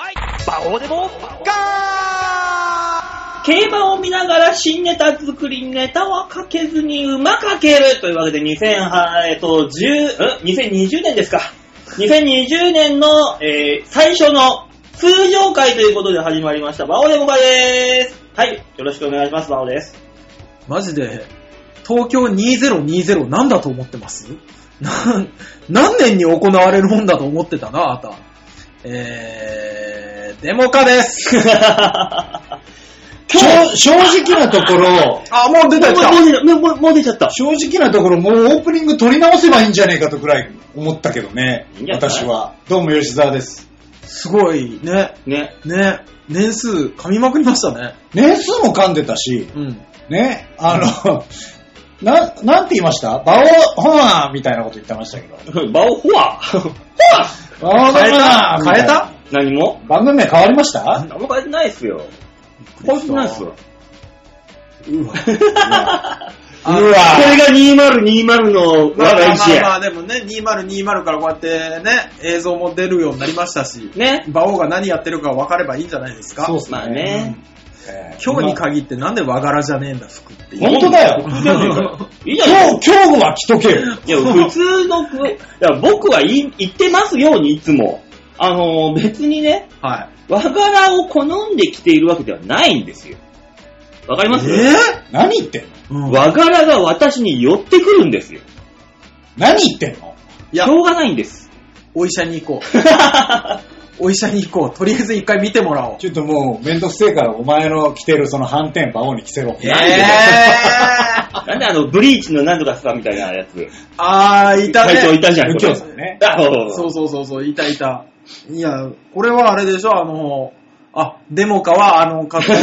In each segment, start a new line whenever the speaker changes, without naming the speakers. ここでもガー
競馬を見ながら新ネタ作り、ネタはかけずに馬かけるというわけで、2008、えっと、10、ん ?2020 年ですか。2020年の、えー最初の通常会ということで始まりました。バオデモカでーす。はい、よろしくお願いします、バオです。
マジで、東京2020なんだと思ってますなん、何年に行われるもんだと思ってたな、あなた。えー、デモカです。
正正直なところ、
あ、もう出た来た。
もう出もうも うもう出ちゃった。
正直なところ、もうオープニング撮り直せばいいんじゃねえかとくらい思ったけどね
いいん、じゃない
私は。どうも吉沢です。
すごい、ね、
ね。
ね、年数噛みまくりましたね。
年数も噛んでたし、
うん。
ね、あの、 な、なんて言いましたバオホアーみたいなこと言ってましたけど。
バオホアホア
バオホアー
変えた
何も
番組名変わりました
何も変えてないっすよ。変えてないっすよ。
うわ。
こ
あ
うわ
れが2020の
ま
我
あま
が
あ
一
まあま
夜。
あ、でもね、2020からこうやってね、映像も出るようになりましたし、
ね。
馬王が何やってるか分かればいいんじゃないですか。
そうっす
まあね
ね。えー
今日に限ってなんで和柄じゃねえんだ、服っていう。
本当だよ
本当だよいいじゃない
今日、今日は来とけよ。
いや、普通のく、いや僕は言い言ってますように、いつも。あのー、別にね、
はい。
和柄を好んで着ているわけではないんですよ。わかります、
何言ってんの
うん
和柄が私に寄ってくるんですよ。
何言ってんの
いや
しょうがないんです。
お医者に行こ う。お医者に行こう。とりあえず一回見てもらおう。
ちょっともう、めんどくせえから、お前の着てるその反転馬王に着せろ。
えなんであの、ブリーチのなんとかさみたいなやつ、
あー、いた
会長い
ね。
たじゃん。
右京さんね
あそう
そうそうそうそう、いたいた。いや、これはあれでしょ、あの、あ、デモカはあの格好が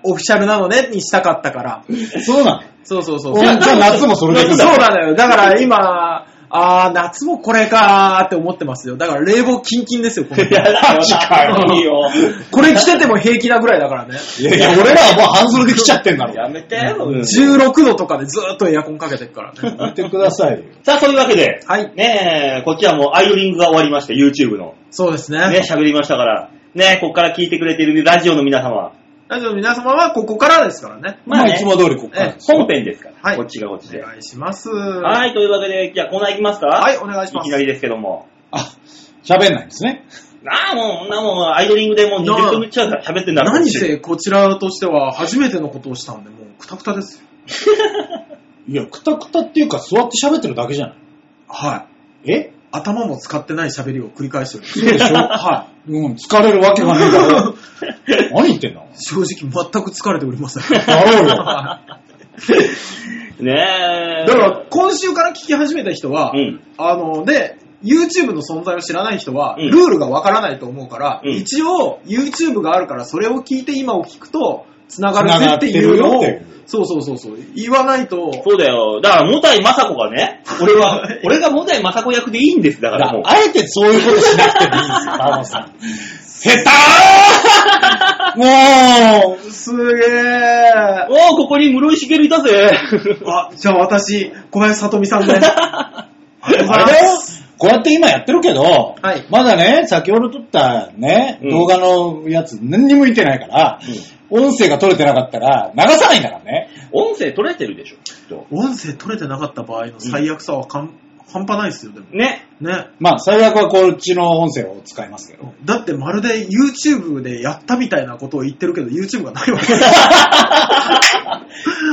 オフィシャルなのねにしたかったから。
そうな
そうそ うそう。
の。俺じゃあ夏もそれで
そうなのよ。だから今、あー、夏もこれかーって思ってますよ。だから冷房キンキンですよ、こ の
いやだよ
マジかよ
いいよ。
これ着てても平気なぐらいだから ね。
いやいや、俺らはもう半袖で来ちゃってんだ
や
ろ。
めてよ、うん
16度とかでずーっとエアコンかけてるから ね。
やめてくださいよ。
さあ、そういうわけで、
はい。
ねえ、こっちはもうアイドリングが終わりまして、YouTube の。
そうです
ね
ね。、
喋りましたから。ね、こっから聞いてくれてるラジオの皆様。
ラジオの皆様はここからですからね。
まあね
いつも通りこっから
え。
本編ですから。
はい
こっちがこっちで。
お願いします。。
はいい、というわけで、じゃあコーナー行きますか
はい、
い
お願いしま
き
す。
なりですけども。
あ、喋んないんですね。
なあ、もう、こんなもん、アイドリングでもう20分近く喋ってんだろう
何
し
せこちらとしては初めてのことをしたんで、もうくたくたですよ。
いや、くたくたっていうか、座って喋ってるだけじゃない。
はい。
え
頭も使ってない喋りを繰り返してるんです
そうで しょ
は
うん、疲れるわけがねえだろ。何言ってんの
い。正直全く疲れておりま せん。はい
だろうよ。
だ
ねえ。
から今週から聞き始めた人は、
うん。
あのね、YouTube の存在を知らない人は、
うん
ルールがわからないと思うから、
うん
一応 YouTube があるから、それを聞いて今を聞くと、繋がるぜって
繋
いう
が
の
っ
を
てるよって、
そうそうそうそう、言わないと、
そうだよ。だから、モタイマサコがね、俺は、俺がモタイマサコ役でいいんです。だか
だ
ら
か
もう
ら。あえてそういうことしなくてもいいんですよ、馬王さん。下手ー もう、
すげえ。
おお、ここに室井茂いた ぜ。
あ、じゃあ私、小林さとみさん で。ありがとうござい
あ
ま
れだよ
す。
こうやって今やってるけど、
はい
まだね、先ほど撮ったね、
うん
動画のやつ何にも見てないから、音声が取れてなかったら流さないんだからね。
音声取れてるでしょ、きっと。
音声取れてなかった場合の最悪さはかん、半端ないですよ、でも。
ね。
ね。
まあ、最悪はこっちの音声を使いますけど。
だってまるで YouTube でやったみたいなことを言ってるけど YouTube がないわけ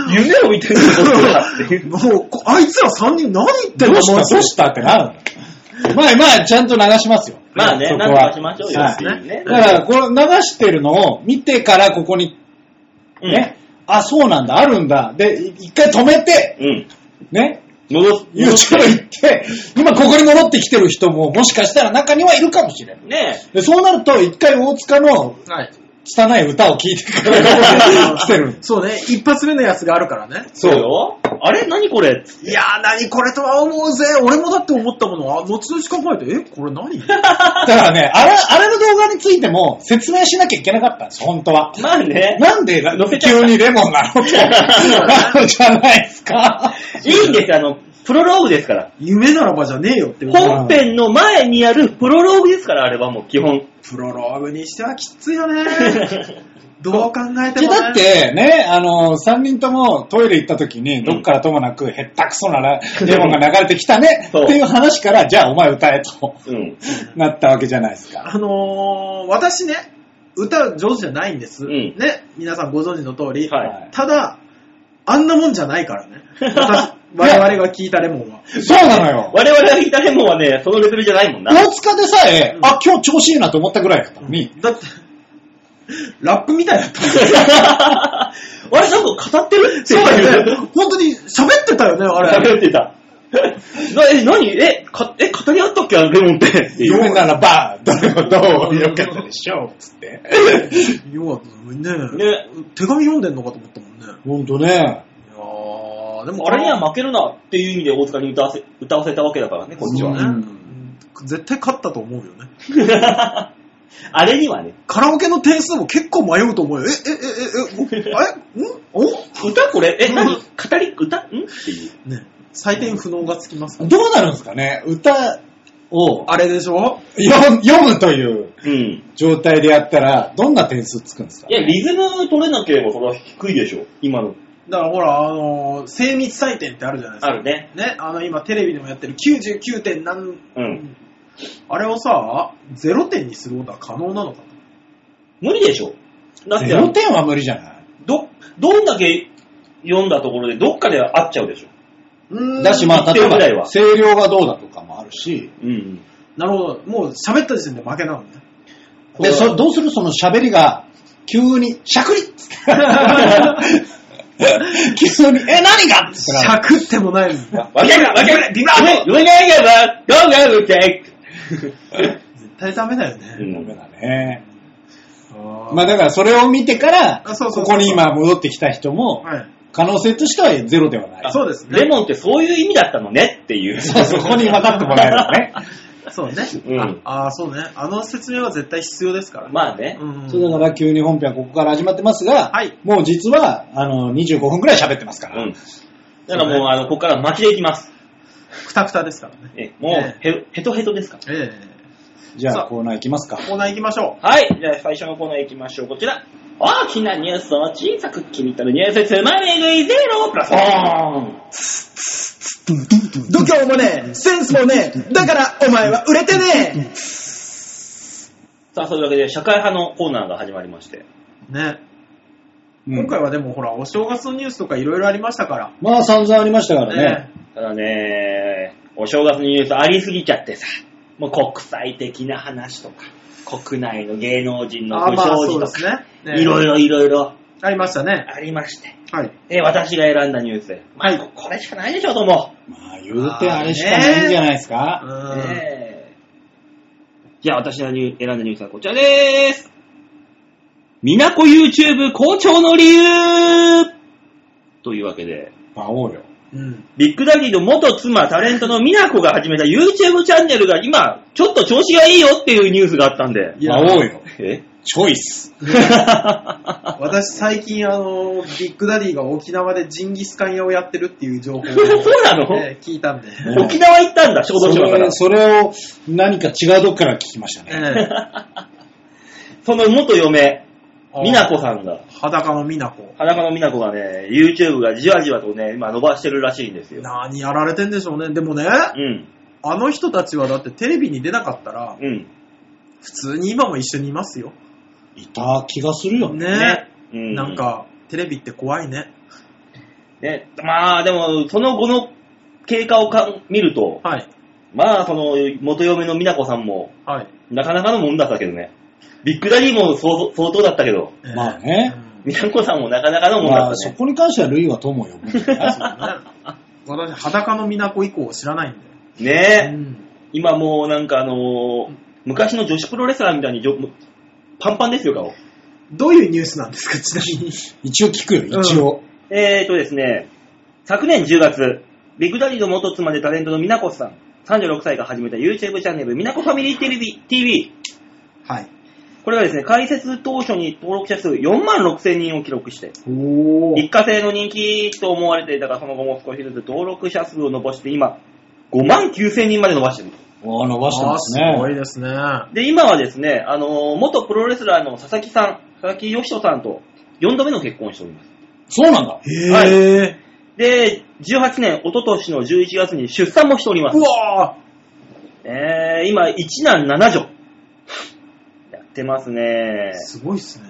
夢を見てるんだっていう。
もうこあいつら3人何言って
ど
ん
う
だ
した
も
ど
う
うしたってなるの。まあまあ、ちゃんと流しますよ。
まあね、
そこ
な
は
んとかしましょうよ
はい
っていうね。
だから、この流してるのを見てからここに、
うん
ね、あ、そうなんだ、あるんだ。で、い一回止めて、
うん。
ね、
戻す。
YouTube 行って、今ここに戻ってきてる人ももしかしたら中にはいるかもしれない。
ね
でそうなると、一回大塚の
はい。
拙い歌を聴いてから来て る。
そうね、え一発目のやつがあるからね。
そうよ。あれ何これ
いやー、何これとは思うぜ。俺もだって思ったもの、あ、後々考えて、え、これ何
だからね、あれ、あれの動画についても説明しなきゃいけなかったんです、本当は。
まあね。
なんで
載せちゃった
急にレモンなのと。なるじゃないですか。
いいんですよ、あの、プロローグですから。
夢ならばじゃねえよって思う。
本編の前にあるプロローグですから、あれはもう基本。
プロローグにしてはきついよね。どう考えて
で
も、ね。
だっ、て、ね、あの、三人ともトイレ行った時に、どっからともなく、へったくそならレモンが流れてきたね、って
そう
いう話から、じゃあお前歌えと、
うん。
なったわけじゃないですか。
あのー私ね、歌上手じゃないんです。
うん
ね、皆さんご存知の通り。
はい
はい
ただ、あんなもんじゃないから ね。私我々が聞いたレモンは。
そうなのよ。
我々がいたレモンはね、そのレベルじゃないもんな。
大塚でさえ、
うん
あ、今日調子いいなと思ったぐらいだったのに、
だって、ラップみたいだっ た。
あれ、なんか語ってるって
そうだ
い
よね。本当に喋ってたよね、あれ。
喋ってた。 なえ、何え、か、え、語り合ったっけあのレモンって。っていう
読めならば、どれほどよかったでしょう、つって。
よかったね。
ね
手紙読んでんのかと思ったもんね。い
ほんとね。
やー、でも
あれには負けるなっていう意味で大塚に歌わせ、歌わせたわけだからね、こっちは
そうね、
ね。
うん
絶対勝ったと思うよね。
あれにはね、
カラオケの点数も結構迷うと思うよ。え、 え、え、え、え、お、え、ん
歌これ、え、
うん
何語り、歌んっていう。
おね、採点不能がつきますから
どうなるんですかね歌を
あれでしょ
読む読むという
うん。
状態でやったら、どんな点数つくんですか
いや、リズム取れなければそれは低いでしょ、今の。
だからほら、あのー精密採点ってあるじゃないですか。
あるね。
ね、あの今テレビでもやってる99点なん、
うん。
あれをさ、0点にすることは可能なのか
無理でしょ。だって、
0点は無理じゃない
ど、どんだけ読んだところでどっかで合っちゃうでしょ。
うーん
だし、まあ、例
一定ぐら
え
い
ば、
は
声量がどうだとかもあるし、
うん。
なるほど。もう喋った時点で負けなのね。
で、そどうするその喋りが、急に、しゃくりっ つって。急に、え、何がっつっ
しゃくってもないのに。
わけが、わけが、ビバーブどうがぶて
絶対ダメだよ
う
ね。
てダ
ん
メだね。
あー
まあだからそれを見てから、
あそうそうそう
ここに今戻ってきた人も、
はい。
可能性としてはゼロではない。
そうですね。
レモンってそういう意味だったのねっていう。
そうそうここに分かってもらえるのね。
そうね。
うん
ああー、そうね。あの説明は絶対必要ですから。
まあね
う。ん。
そうだから急に本編はここから始まってますが、
はい
もう実は、あの、25分くらい喋ってますから。
うん。だからもう、あの、ここから巻きでいきます。
くたくたですからね。
えもう
え、
へ、へとへとですか
え
じゃ
さあ
あコーナー行きますか。
えコーナー行きましょ
ら。はい。じゃあ最初のコーナー行きましょう。こちら。大きなニュースを小さく切り取るニュースつまみ食いゼロプラスオン
う。度胸もねえ、センスもねえ、だからお前は売れてね
さあ、そういうわけで、社会派のコーナーが始まりまして。
え。ね。
うん
今回はでもほら、お正月のニュースとかいろいろありましたか。
まあ散々ありましたかららね。
ただね、お正月のニュースありすぎちゃってさ、もう国際的な話とか、国内の芸能人の
あー
不
まあ
祥
そう
事
で
と
す
か、
ね。ね
いろいろいろいろ
ありましたね。
ありまして、
はい。
え私が選んだニュースで、まあ、これしかないでしょうと思
まあ言うてあれしかないんじゃないです
う
か。
う。
ん。
えーじゃあ私のニュー選んだニュースはこちらでーす。みなこ YouTube 好調の理由というわけで、
馬王よ。
うん。
ビッグダディの元妻、タレントのミナコが始めた YouTube チャンネルが今、ちょっと調子がいいよっていうニュースがあったんで。
いや
馬王よ。
え
チョイス。
私最近あの、ビッグダディが沖縄でジンギスカン屋をやってるっていう情報を、
そうなの
ね聞いたんで。
ね
沖縄行ったんだ、小豆
そ
島から
れ。それを何か違うとこから聞きましたね。
ええ
その元嫁、ミナコさんが、
裸の美奈子。
裸のミナコがね、YouTube がじわじわとね、今伸ばしてるらしいんですよ。
何やられてんでしょうね。でもね、
うん、
あの人たちはだってテレビに出なかったら、
うん。
普通に今も一緒にいますよ。
いた気がするよね。
ね。
う
なん。か、テレビって怖いね。
ね、まあでも、その後の経過をかん見ると、
はい。
まあその元嫁のミナコさんも、
はい。
なかなかのもんだったけどね。ビッグダディも相相当だったけど、
ええ
まあね
みなこさんもなかなかのもん
ま
だ
あ
った
そ
ね。
こに関してはルイは友を呼ぶんじゃ
うん
ない。
そうね私、裸の美奈子以降知らないんで。う
ねえ、
ん
今もうなんかあのー昔の女子プロレスラーみたいにじょパンパンですよ、顔。
どういうニュースなんですか、ちなみに。
一応聞くよ、一応。
えーとですね、昨年10月、ビッグダディの元妻でタレントのみなこさん、36歳が始めた YouTube チャンネル、みなこファミリーテレビ TV。
はい。
これがですね、開設当初に登録者数4万6千人を記録して、
お
一過性の人気と思われていたが、その後も少しずつ登録者数を伸ばして、今、5万9千人まで伸ばしていると。
おおー伸ばして
あ
ま
ー
す
す
ね。
ごいですね。あ
で、今はですね、あのー元プロレスラーの佐々木さん、佐々木義人さんと4度目の結婚をしております。
そうなんだ。
へえ。
で、18年、一昨年の11月に出産もしております
う。わー
えー、今、一男七女。やってますね。
すごいっすね。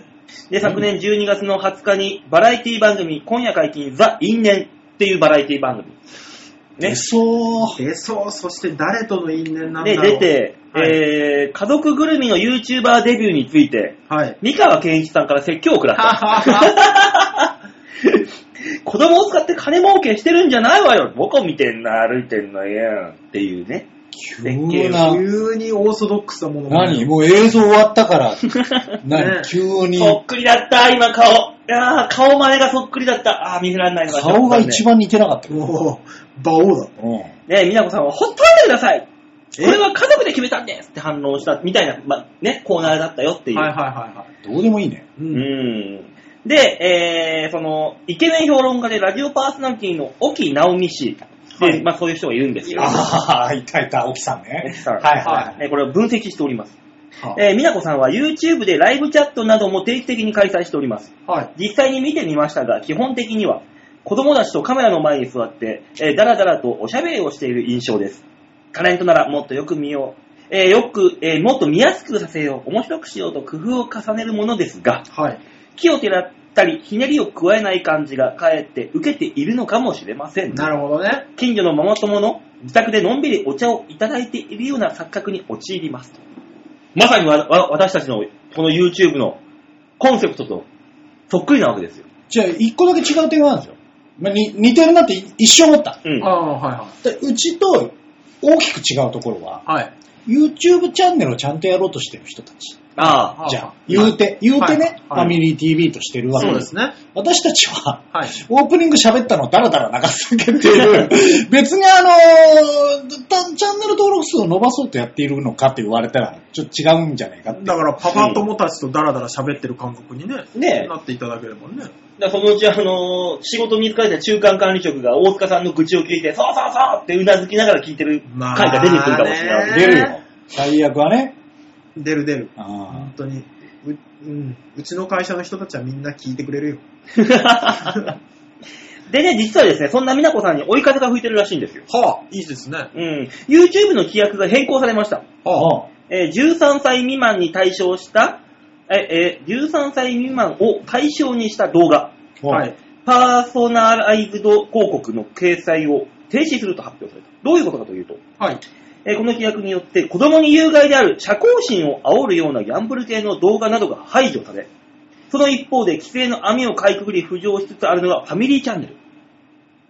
で、昨年12月の20日に、バラエティ番組、今夜解禁、ザ・因縁っていうバラエティ番組。ね
出。そう。
え、そう、そして誰との因縁なんだ
で、
ろう。
出。て、
はい
えー、家族ぐるみの YouTuber デビューについて、
はい。
三河健一さんから説教をくらった。子供を使って金儲けしてるんじゃないわよ。僕を見てんな、歩いてんのやん。っていう ね。
急な。
急にオーソドックスなものが
何もう映像終わったから。何急に。
そっくりだった、今顔。いやー顔真似がそっくりだった。あー、見せられないのが
顔が一
番。
番似てなかった。うん。
もう、馬王だ。
ねえ、美奈子さんは、ほっといてくださいこれは家族で決めたんですって反論した、みたいな、まあ、ね、コーナーだったよっていう。
はいはいはいはい。
どうでもいいね。
う。
うんん。で、えー、その、イケメン評論家でラジオパーソナリティの沖直美氏。で、
はい
まあそういう人がいるんですよ。
ああ、いたいた、沖さんね。
沖さん
はいはい。
えーこれを分析しております。
は
えー、美奈子さんは YouTube でライブチャットなども定期的に開催しております。
はい。
実際に見てみましたが、基本的には、子供たちとカメラの前に座って、えー、だらだらとおしゃべりをしている印象です。タレントならもっとよく見よう。えーよく、えーもっと見やすくさせよう。面白くしようと工夫を重ねるものですが、
はい。
木を照らったり、ひねりを加えない感じがかえって受けているのかもしれません。
なるほどね。
近所のママ友の自宅でのんびりお茶をいただいているような錯覚に陥りますと。まさにわわ私たちのこの YouTube のコンセプトとそっくりなわけですよ。
じゃあ、一個だけ違う点があるんですよ。まあに似てるなって一瞬思った。
うん
あ。あ、は
でうちと大きく違うところは、
いはい。はい。
YouTube チャンネルをちゃんとやろうとしてる人たち。
ああ。
あ
じゃあ、言うて、言うてね、
はい
ファミリー TV としてるわけ
そう
で。
ですすね。
私たちは、
はい。
オープニング喋ったのをダラダラ流すだけっていう、別にあのーたチャンネル登録数を伸ばそうとやっているのかって言われたら、ちょっと違うんじゃないかって。
だから、パパ友達とダラダラ喋ってる感覚にね、
ねえ
なっていただければね。
だからそのうちあのー仕事に疲れた中間管理職が大塚さんの愚痴を聞いて、そうそうそうってうなずきながら聞いてる
まあ
回が出てくるかもしれないわけで
出るよ。最悪はね。
出る出る。
あ
本当に。う、うん。うちの会社の人たちはみんな聞いてくれるよ。
でね、実はですね、そんな美奈子さんに追い風が吹いてるらしいんですよ。
はあ、いいですね。
うん。YouTube の規約が変更されました。
あ。ああ。
えー13歳未満に対象した、え、えー13歳未満を対象にした動画、
はい。
パーソナライズド広告の掲載を停止すると発表された。どういうことかというと、
はい。
えーこの規約によって子供に有害である社交心を煽るようなギャンブル系の動画などが排除され、その一方で規制の網をかいくぐり浮上しつつあるのがファミリーチャンネル。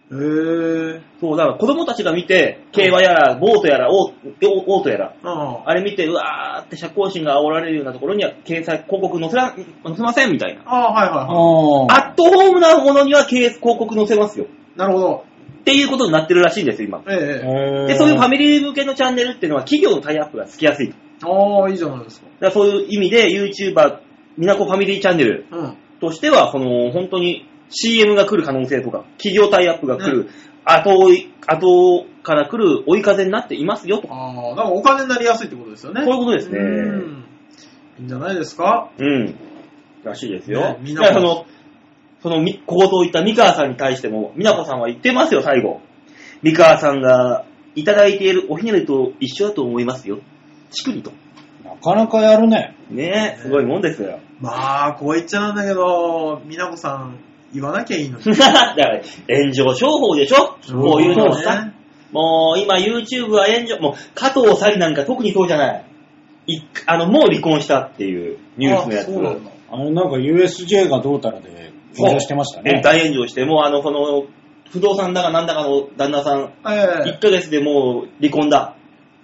へえ。
そう、だから子供たちが見て、競馬やら、ボートやら、オーオートやら、
ああ。
あれ見て、うわーって社交心が煽られるようなところには、掲載、広告載せら、載せませんみたいな。
ああ、はいはいは
アットホームなものには、掲広告載せますよ。
い。なるほど。
っていうことになってるらしいんですよ、今。
ええええ。
へ
で、そういうファミリー向けのチャンネルっていうのは、企業のタイアップがつきやすい。だか
ああ、いいじゃないですか。
らそういう意味で、YouTuber、みなこファミリーチャンネル
うん。
としては、その、本当に CM が来る可能性とか、企業タイアップが来る、後追い、後から来る追い風になっていますよ、とか。
ああ、だからお金になりやすいってことですよね。
そういうことですね
うん。いいんじゃないですか
うん。らしいですよ。
ねみんな
だからその、そのみ、口頭を言った三河さんに対しても、美奈子さんは言ってますよ、最後。三河さんがいただいているおひねりと一緒だと思いますよ。チクリと。
なかなかやるね。
ね
ね
え、すごいもんですよ。
まあ、こう言っちゃなんだけど、みなこさん、言わなきゃいいのに。
だから、炎上商法でしょこういうのを
そう
さ
ね。
もう今 YouTube は炎上、もう加藤さりなんか特にそうじゃない。いあの、もう離婚したっていうニュースのやつ
あそうなんだ。
あれなんか USJ がどうたらで炎上してました
ね
ね。
大炎上して、もうあの、その、不動産だかなんだかの旦那さん、
え
1ヶ月でもう離婚だ。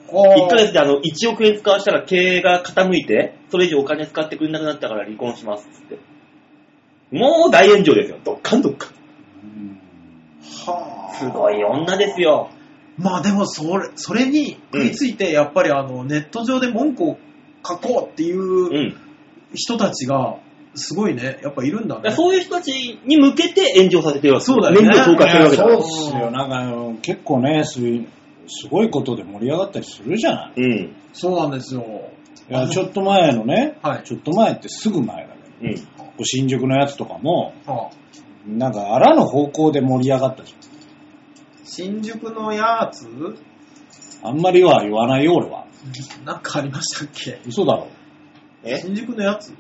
え
1ヶ月であの1億円使わしたら経営が傾いて、それ以上お金使ってくれなくなったから離婚しますっつって。もう大炎上ですよ。ドッカンドッカン。
うん
はあ
すごい女ですよ。。
まあでも、それ、それに食いついて、やっぱりあの、ネット上で文句を書こうっていううん人たちが、すごいね、やっぱいるんだ
だから
ね。
そういう人たちに向けて炎上させてるわけ
そうだよね
面倒を
そ
総括してるわけだ
い
か
や
ら。
そうっすよ。なんかあの、結構ね、そういうすごいことで盛り上がったりするじゃない。
うん。
そうなんですよ。
いや、ちょっと前のね、
はい
ちょっと前ってすぐ前だけど、
うん。
こう新宿のやつとかも、
あ
なんか、あらの方向で盛り上がったじ
新宿のやつ
ゃん。あんまりは言わないよ、俺は。
なんかありましたっけ
嘘だろ。
え
新宿のやつ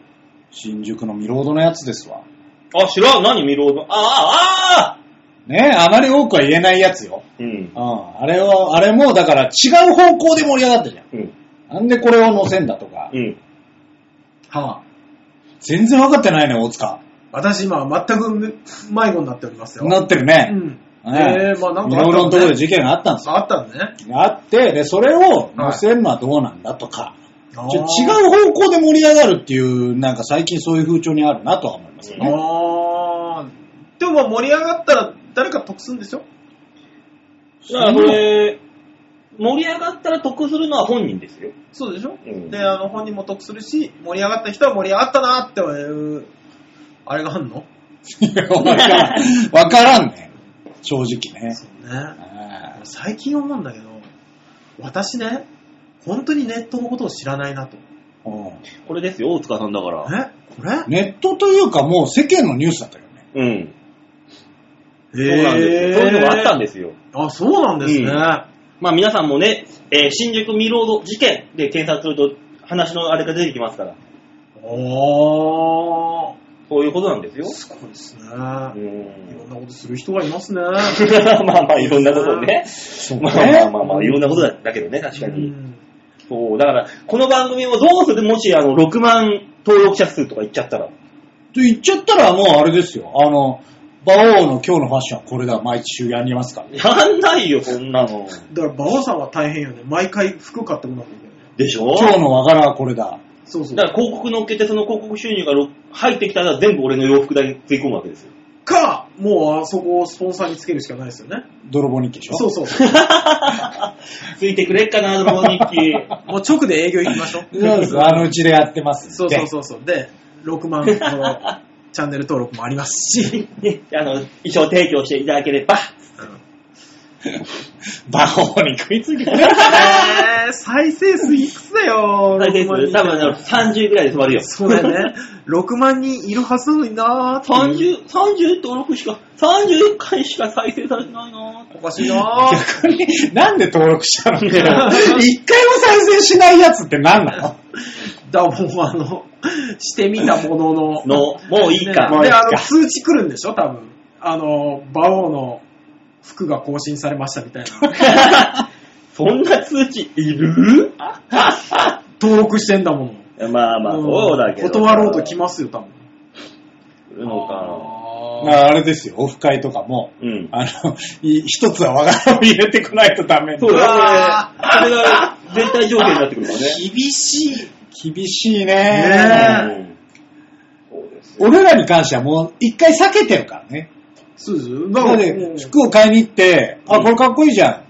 新宿のミロードのやつですわ。
あ、知らん何ミロード。ああ、ああ
ねあまり多くは言えないやつよ。
うん
う。ん。あれは、あれも、だから違う方向で盛り上がったじゃん。
うん。
なんでこれを乗せんだとか。
うん。
はあ、
全然分かってないね、大塚。
私今全くむ迷子になっておりますよ。
なってるね。
うん。
ね
えー、まあなん
ミ
かあ
ロー
ったの
ドのところで
ね
事件があったんですよ。
あったのね。
あって、で、それを乗せるのはどうなんだとか。ちょ
う。
違う方向で盛り上がるっていう、なんか最近そういう風潮にあるなとは思いますよね。
あー。でもまあ盛り上がったら誰か得すんでしょ
だからこれ、盛り上がったら得するのは本人ですよ。
そうでしょ、
うん
で、あの、本人も得するし、盛り上がった人は盛り上がったなっていう、あれがあんの
いやわからん わからんね。正直ね。
そうね。
あー
最近思うんだけど、私ね、本当にネットのことを知らないなと。
うん
これですよ、大塚さんだから。
えこれ
ネットというかもう世間のニュースだったよね。
うん。
そ
そうなんですよ。そういうのがあったん
で
ですよ。
す。あ、そうなんですね。
うんまあ皆さんもね、えー新宿ミロード事件で検索すると話のあれが出てきますから、
おー。
そういうことなんですよ。
すごいですね。いうろ
ん。
んなことする人がいます ね。
まあまあいろんなことをね。
そう
まあまあ
ね。
まあまあいろんなことだだけどね、確か
う
に。
ん
そう、だからこの番組をどうするもしあの6万登録者数とかいっちゃったら。
と言っちゃったらもうあれですよ。あの、馬王の今日のファッションはこれだ、毎週やりますから。
やんないよ、そんなの。
だから、馬王さんは大変よね。毎回服買ってこなきゃいけない。
でしょ
今日の和柄はこれだ。
そうそう。
だから広告乗っけてその広告収入がろ入ってきたら全部俺の洋服代につい込むわけ ですよ。
か、もうあそこをスポンサーにつけるしかないですよね。
泥棒日記でしょ
そうそう。そう
ついてくれっかな、泥棒日 記。
もう直で営業行きましょう。
そうです。 あのうちでやってますんで。
そうそうそうそう。で、6万のチャンネル登録もありますし。
ねあの、衣装提供していただければ。
馬王に食いついてくれ。
えー、再生数いくつだよ、
大体
6
多
万
分
人。
あの30ぐらいで止まるよ。
そうだ よね。6万人いるはずなのになーっていう。
30、30登録しか、31回しか再生されてないなぁ
おかしいなー
逆に、 なんで登録したのって。一回 も再生しないやつって何なの
だ、もうあの、してみたものの。
の、もういいか。
ねで、あの、
か
通知来るんでしょ、多分。あの、馬王の服が更新されましたみたいな。
そんな通知いる
登録してんだもん。
まあまあ、そうだけど。
ん断ろうと来ますよ、多分。
するのか
まあ、あれですよ、オフ会とかも、
なうん。
あの、い一つは和柄を入れてこないとダメ。
そうだね。それが全体条件になってくるからね。
厳しい。厳しいね
ね
そうですよ。
俺らに関してはもう一回避けてるからね。
そうです。だ
だ
か
からら
もう
服を買いに行って、あ、これかっこいいじゃん。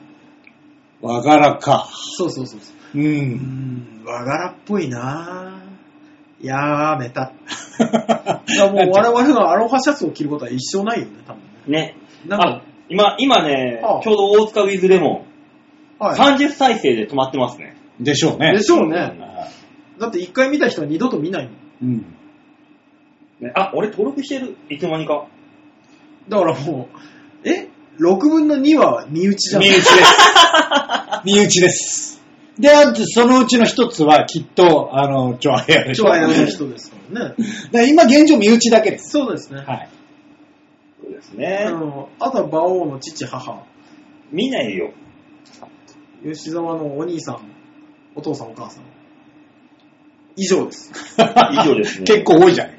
和柄か。
そうそうそうそう。う
う
ー
ん。
ん、和柄っぽいなぁ。やーめた。いや
も
もう我々がアロハシャツを着ることは一生ないよね、多分ね。
ね。
なん
あ
か、、
今、今ね
あ、
ちょうど大塚ウィズレモン、
はい
30再生で止まってますね。
でしょうね
で。しょうね。
あ
だって一回見た人は二度と見ないもん。
うん。
ねあ、俺登録してる。いつの間にか。
だからもう、え ?6 分の2は身内じゃん。
身内です。身内です。で、あとそのうちの一つはきっと、あの、ちょあやでしょ。
超や の人ですからね。
だから今現状身内だけです。
そうですね。
はい。
そうですね
あ。のあとは馬王の父、母、
見ないよ。
吉沢のお兄さん、お父さん、お母さん。以上です。
以上ですね
結構多いじゃない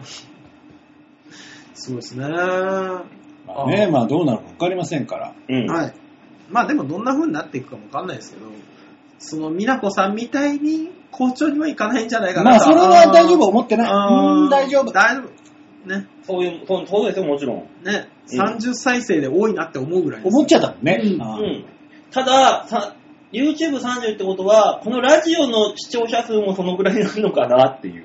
そうですね。は
まあね、まあどうなるか分かりませんから。
うん。
い。まあでもどんな風になっていくかもわかんないですけど、その美奈子さんみたいに校長にはいかないんじゃないかな
まあ
と
それは大丈夫思ってない。
あー
うん、大丈夫。
大丈夫。ね。
そういう、そうそうですよ、もちろん。
ね。
うん
30再生で多いなって思うぐらいです。
思っちゃったもんね。
うん
う
あー
ん。ただ、さ YouTube30 ってことは、このラジオの視聴者数もそのぐらいになるのかなっていう。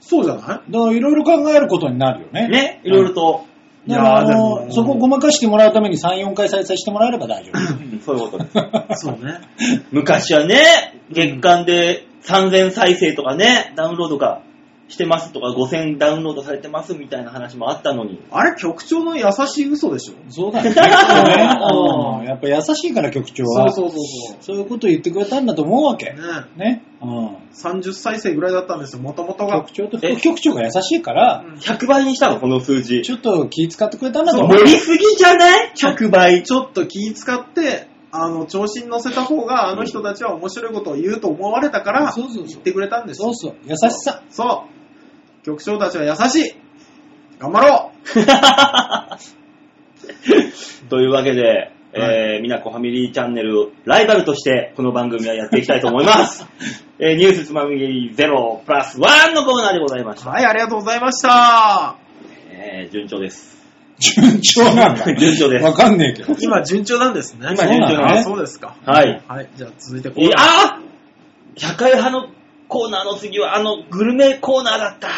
そうじゃない
だからいろいろ考えることになるよね。
ね、いろいろと。
で
いやーでも
も、そこをごまかしてもらうために3、4回再生してもらえれば大丈 夫。
そういうことです。
そうね。
昔はね、月間で3000再生とかね、ダウンロードがしてますとか、5000ダウンロードされてますみたいな話もあったのに。
あれ、局長の優しい嘘でしょ
そうだよね
うん
うん。やっぱ優しいから局長
そ
は。
うそうそうそう。
そういうこと言ってくれたんだと思うわけ。
ね
ね。うん。
30再生ぐらいだったんですよ、もともとが
局。長と副局長が優しいから、
うん
100倍にしたの、この数字。
ちょっと気使ってくれたんだと思う
盛。りすぎじゃない ?100 倍。
ちょっと気使って、あの、調子に乗せた方が、あの人たちは面白いことを言うと思われたから、
そうそうそう
言ってくれたんです
そ
よ
う。そう。優しさ。
そう。局長たちは優しい。頑張ろ
というわけで、えー、みなこファミリーチャンネル、ライバルとして、この番組はやっていきたいと思い ます。えーニュースつまみ食い0プラス1のコーナーでございまし
う
た。
はい、ありがとうございました。
えー、順調です。
順調 なんだ。
順調です
わかんねえけど。
今、順調なんですね。
今順調
なんです
あそうですか。
はい。
はい、じゃあ続いてこ
いやー社会派のコーナーの次はあのグルメコーナーだった。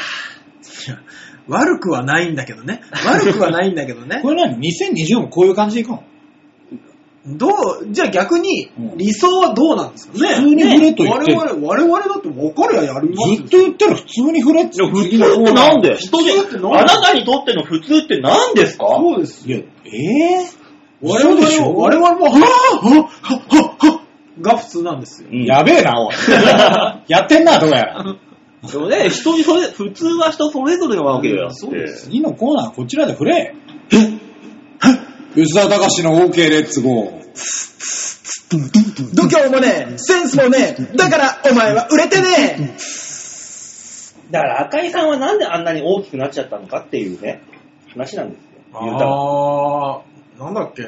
悪くはないんだけどね。悪くはないんだけどね
こ。れ何 ?2020 もこういう感じでいくの
どう、じゃあ逆に
う、ん
理想はどうなんですかね。
普通に触れと言っ
我
て
々、我々だって分かりゃやります
ず
よ
っと言ってる普通にフレッツ。
普通ってなんで人
普通ってなんで
あなたにとっての普通って何ですか
そうです。
いや、えぇ、
我
そう
々
でしょ
も、我々も、はぁはぁはぁはぁが普通なんですよ。
うん
やべえ な、おい。やってんな、どうやら。
でもね、人にそれ、普通は人それぞれなわけだよ。
そうです
次のコーナーはこちらで触れ。吉沢隆の OK レッツゴー。
度胸もねえ、センスもねえ、だからお前は売れてねえ。
だから赤井さんはなんであんなに大きくなっちゃったのかっていうね、話なんですよ。言うたら
あー、なんだっけ。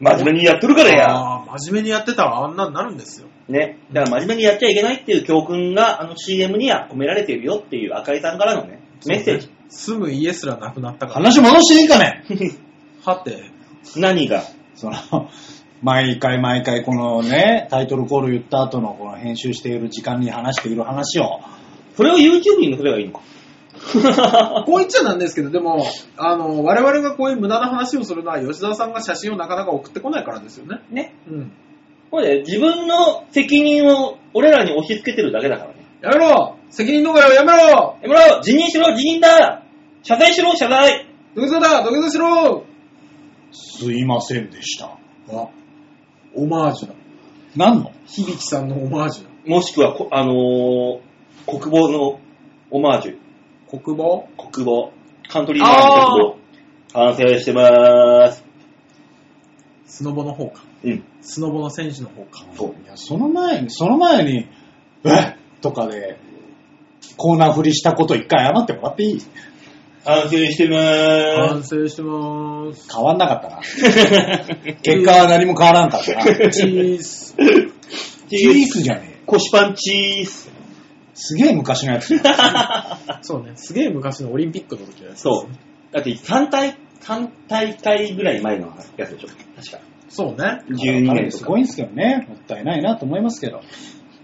真面目にやってるからや。
あー、真面目にやってたらあんなになるんですよ。
ね。だから真面目にやっちゃいけないっていう教訓があの CM には込められているよっていう赤井さんからのね、メッセージ。
住む家すらなくなったから。
話戻していいかね
はて、
何が
その、 毎回毎回このね、タイトルコール言った後のこの編集している時間に話している話を。
それを YouTube に載せればいいの か。
こう言っちゃなんですけど、でも、あの、我々がこういう無駄な話をするのは、吉沢さんが写真をなかなか送ってこないからですよね。
ね。
うん。
これ自分の責任を俺らに押し付けてるだけだからね。
やめろ責任逃れをやめろ
やめろ辞任しろ辞任だ謝罪しろ謝罪
土下座だ土下座しろ
すいませんでした。
あ、オマージュだ。
何の
響さんのオマージュだ。
もしくはこ、あのー、国防のオマージュ。
国防
国防。カントリーマンの国防。完成してまーす。
スノボの方か。
うん。
スノボの選手の方か。
そう。
いや、その前に、その前に、えっとかで、コーナー振りしたこと一回謝ってもらっていい
完成してまー
反
す。
省してまーす。
変わんなかった な。結果は何も変わらんか ったな。
チーズ。
チースじゃねえ。
腰パンチース。
すげえ昔のやつ。
そうね。すげえ昔のオリンピックの時のやつですね
そう。だって3大、3大会ぐらい前のやつでしょ。確か。
そうね。
12年と
す
か
ご。いんですけどね。もったいないなと思いますけど。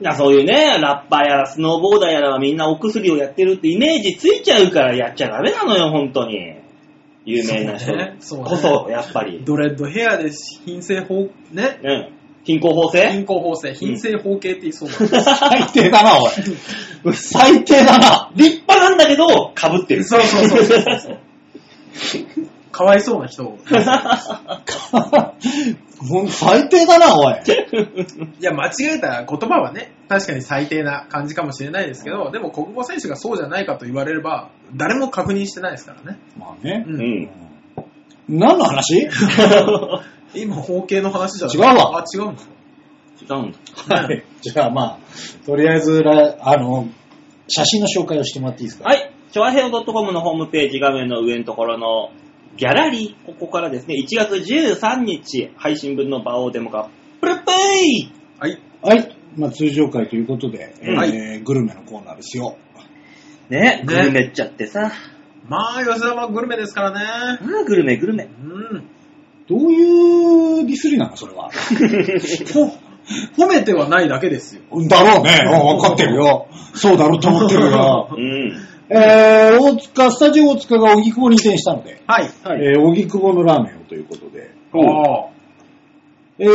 なそういうね、ラッパーやらスノーボーダーやらはみんなお薬をやってるってイメージついちゃうからやっちゃダメなのよ、本当に。有名な人
そうねそうね
こそ、やっぱり。
ドレッドヘアで品性法、ね。
うん。貧困法制
貧困法制、品性法系って言いそうなん です
最 低だな、おい。最低だな。
立派なんだけど、被ってる。
そうそうそうそう そう。かわいそうな人を。
もう最低だな、おい。
いや、間違えた言葉はね、確かに最低な感じかもしれないですけど、でも国語選手がそうじゃないかと言われれば、誰も確認してないですからね。
まあね
う。。
うん ん。
何の話違
今、方形の話じゃない
違うわ
あ、違うんだ。
違うんだ。
はい。じゃあまあ、とりあえずら、あの、写真の紹介をしてもらっていいですか
はい。チョアヘオ .com のホームページ画面の上のところのギャラリー、ここからですね、1月13日配信分の場をデモ化。プルプイ
はい。
はい。まあ通常会ということで、えー
はい
グルメのコーナーですよ。
ね
ね、
グルメっちゃってさ。
まあ、吉田はグルメですからね。
ああ、グルメ、グルメ。
うん。
どういうディスりなのそれは。
ほ、褒めてはないだけですよ。
だろうね。分かってるよ。そうだろうと思ってるよ。
うん。
えー、大塚、スタジオ大塚が荻窪に移転したので、
はい。
はい。
えー、荻窪のラーメンをということで、
おー
え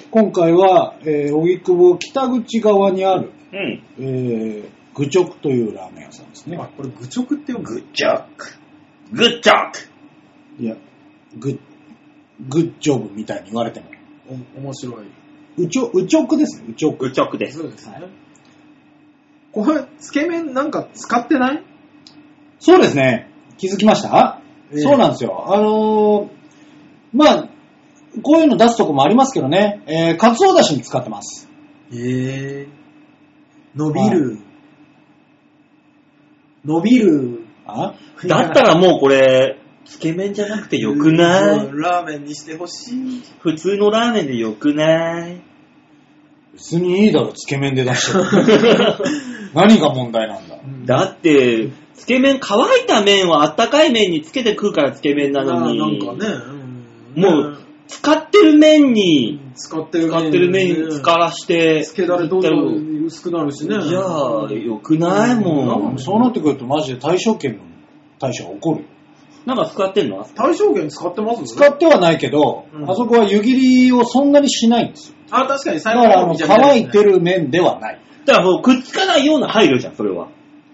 ー、今回は、えー、荻窪北口側にある、
うん。
えー、愚直というラーメン屋さんですね。
あこれ、愚直って呼ぶ。
グッジョーク。グッジョーク。
いや、グッ、グッジョブみたいに言われても。
お面白い。
うちょ、うちょくですね、うちょ
グ
く。
ッジョークです。
そうですね。これ、つけ麺なんか使ってない
そうですね、気づきました、
ええ
そうなんですよ。あのー、まあ、こういうの出すとこもありますけどね、えー、かつおだしに使ってます。
ええ伸びる。伸びる。
あ
だったらもうこれ、つけ麺じゃなくてよくな
う
い
んラーメンにしてほしい。
普通のラーメンでよくない
別にいいだろ、つけ麺で出してる。 何が問題なんだ。
だって、つけ麺、乾いた麺はあったかい麺につけて食うからつけ麺なのに、
まあなんかね、ん
もう、使ってる麺
う
に、
ん使ってる
使ってる麺に
ね
浸からして、
つけだれどんどん薄くなるしね。
じゃあ、よくないもん。
そうなってくるとマジで対象権の対象が怒るよ。
なんか使ってんの
対象券使ってます
使ってはないけど、
うん
あそこは湯切りをそんなにしないんですよ。
あ、確かに
だ
最
か
後
らあの乾いて
る。
る麺ではない。
だからもうくっつかないような配慮じゃん、それは。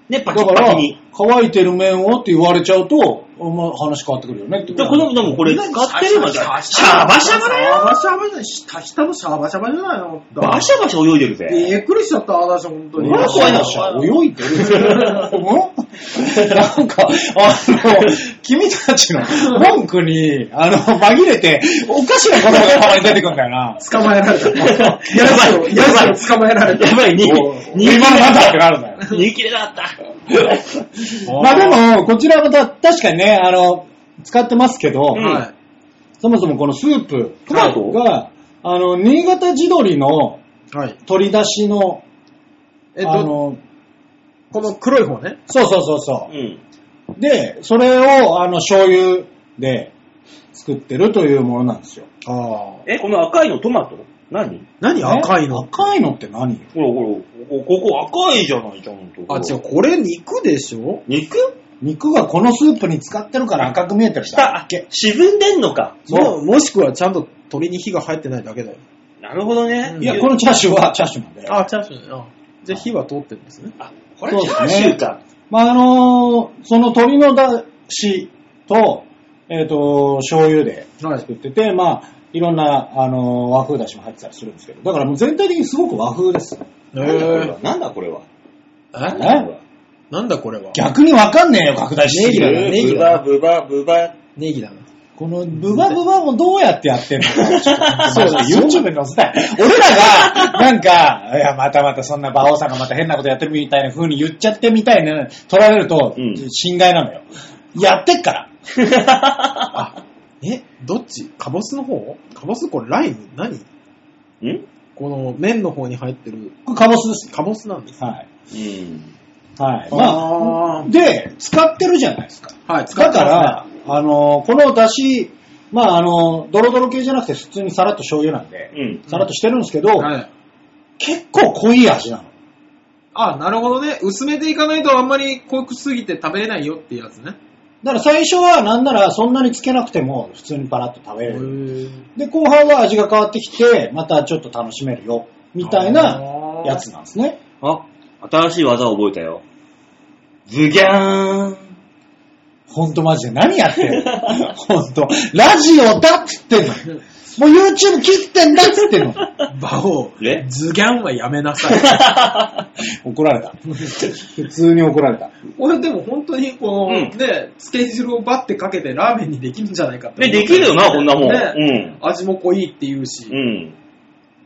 ね、
だ
パキ
か
ッパ
ら
キに。
乾いてる麺をって言われちゃうと、まあ、話変わってくるよねって
で、この、でもこれ使ってればじゃん。シャバシャバだ
シャ
よ
バシャバじゃない。下下のシャバシャバじゃないの。
バシャバシャ泳いでるぜ。
びっくりしちゃった、私、本当に。
俺は怖いな
泳 いでるなんか、あの、君たちの文句に、あの、紛れて、おかしな言葉がたまに出てくるんだよな。
捕まえられ た。やば
ばいやばい
捕まえられた。
やばい、に
お
逃げ
今のなんだってなるんだよ。
逃げ切れなかった。
まあでも、こちらもた確かにね、あの、使ってますけど、
うん
はい。
そもそもこのスープ
トマト
が、あの、新潟地鶏の
はい。
取り出しの、
えっ
あ
と、
の、
この黒い方ね。
そうそうそうそうう。
ん。
で、それを、あの、醤油で作ってるというものなんですよ。
ああ。
え、この赤いのトマト何
何赤いの
え赤いのって何よ
ほらほら、ここここ赤いじゃない、ちゃんと。
あ、違う、これ肉でしょ
肉
肉がこのスープに使ってるから赤く見えてる
下、あ沈んでんのか。
もうもしくはちゃんと鳥に火が入ってないだけだよ。
なるほどね。
うん
いや、このチャーシューはチャーシューなんで。
あ、チャーシューね。あじゃあ火は通ってるんですね。
あ、これチャーシューか。
まあ、あのーその鶏のだしと、えっ、と、醤油で
はい
作ってて、まあ、いろんな、あのー和風だしも入ってたりするんですけど、だからもう全体的にすごく和風です。
え
なんだこれはなんだこれは
え
え
なんだこれは
逆にわかんねえよ、拡大しすぎ
ネギだね
る。
ネギ
ブ
だ
バブバブバ。
ネギだな。
このブバブバもどうやってやってんのか そうだ、YouTube に載せたい。俺らが、なんか、いや、またまたそんな馬王さんがまた変なことやってるみたいな風に言っちゃってみたいな、取られると
うん、
侵害なのよ。やってっ から。
あ、え、どっちカボスの方カボスこれライム何
んうん。
この麺の方に入ってる
これカボスです。
カボスなんです。
はい。はい。ま
あ
あ、で、使ってるじゃないですか。
あ。はい、
だから、あの、この出汁、まあ、あの、ドロドロ系じゃなくて普通にさらっと醤油なんで、
うん。
さらっとしてるんですけど、
はい。
結構濃い味なの。
あ、なるほどね。薄めていかないとあんまり濃くすぎて食べれないよってやつね。
だから最初はなんならそんなにつけなくても普通にパラッと食べ
へ
れる。
ー
で、後半は味が変わってきて、またちょっと楽しめるよ、みたいな
あー
やつなんですね。
あ、新しい技を覚えたよ。ズギャーン。
ほんとマジで何やってんの ほんと。ラジオだっつってんの。もう YouTube 切ってんだっつってんの。
バオ、
え
ズギャンはやめなさ い。
怒られた。普通に怒られた。
俺でも本当にこの、
うん
ね、つけ汁をバッてかけてラーメンにできるんじゃないかって思
ね、
った
できるよな、こんなもん。
ね
う
味も濃いって言うし。
ん。うん。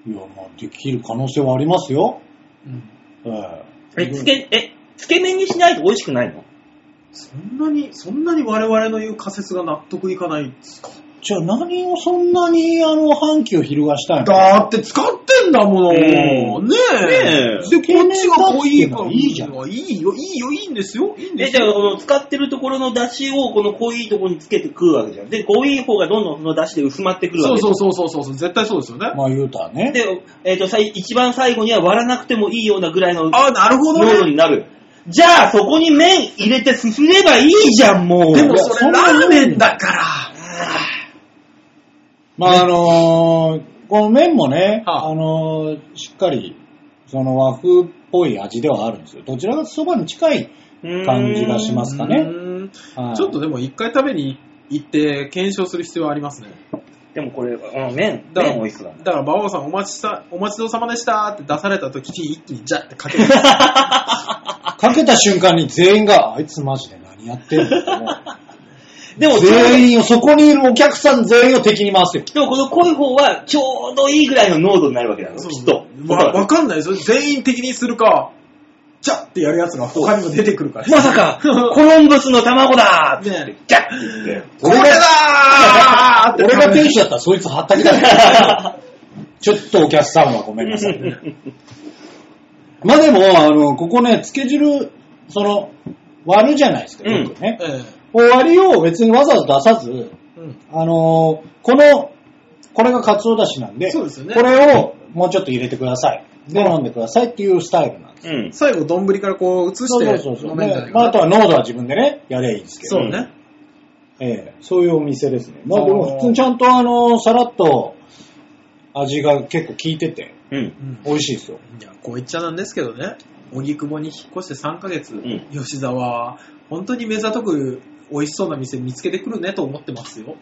いや、まあできる可能性はありますよ。
うん
え
え、つけ、え、つけ麺にしないと美味しくないの
そんなに、そんなに我々の言う仮説が納得いかないんですか
えじゃあ何をそんなに、あの、反旗を翻したいの
だって使ってんだもの。
うん
ねえ。
ねえ
で、こっちが濃いから。
いいじゃん
いいよ、いいよ、いいんですよ。いいんで
え、
す
じゃあ、
よ。
この使ってるところの出汁を、この濃いところにつけて食うわけじゃん。で、濃い方がどんどんその出汁で薄まってくるわ
そう
けじゃ
そ
ん
うそうそうそうそう、絶対そうですよね。
まあ言うたらね。
で、えっ、と、さい一番最後には割らなくてもいいようなぐらいの
あ、なるほど
濃度
ね。
になる。じゃあそこに麺入れてすすればいいじゃん、もう。
でも
いや
そ
そ
れ
んな
ラ
もん
ーメンだから。
まああのーこの麺もね、
はあ
あのーしっかり、その和風っぽい味ではあるんですよ。どちらかとそばに近い感じがしますか
う
ね。
ーん
はい
ちょっとでも一回食べに行って検証する必要はありますね。
でもこれ、うん、麺、
だから、
麺美味しそうだね。
だから馬王さんお待ちさ、お待ちどうさまでしたって出された時に一気にジャってかける。
かけた瞬間に全員が、あいつマジで何やってんのって思う
でも、
全員を、そこにいるお客さん全員を敵に回すよ。
でもこの濃い方はちょうどいいぐらいの濃度になるわけだろ、きっと。
わ、わかんないですよ。全員的にするか、ジャってやるやつが他にも出てくるから。
まさか、コロンブスの卵だーって言っ
ね
て、ギャッって言って。
これだーって
俺が店主だったらそいつはったき だねちょっとお客さんはごめんなさいね。まあでも、あの、ここね、つけ汁、その、割るじゃないですか、
うん
よくね。
え
割りを別にわざわざ出さず、
えうん
あのーこの、これがカツオだしなんで
そうですよね
これをもうちょっと入れてください。で、飲んでくださいっていうスタイルなんです。
うん。
最後、丼からこう移し
そう
て
そうそ
飲
う。
めんじゃな
で
い
まあ、
か
あと
な。
は濃度は自分でね、やればいいんですけど。
そうね。
ええそういうお店ですね。まあ、で
あー
も普通にちゃんとあのーさらっと味が結構効いてて、
うん。
うん
美味しいですよ。
いや、こう言っちゃなんですけどね、荻窪に引っ越して3ヶ月、
ん
吉沢は、本当に目ざとく美味しそうな店見つけてくるねと思ってますよ。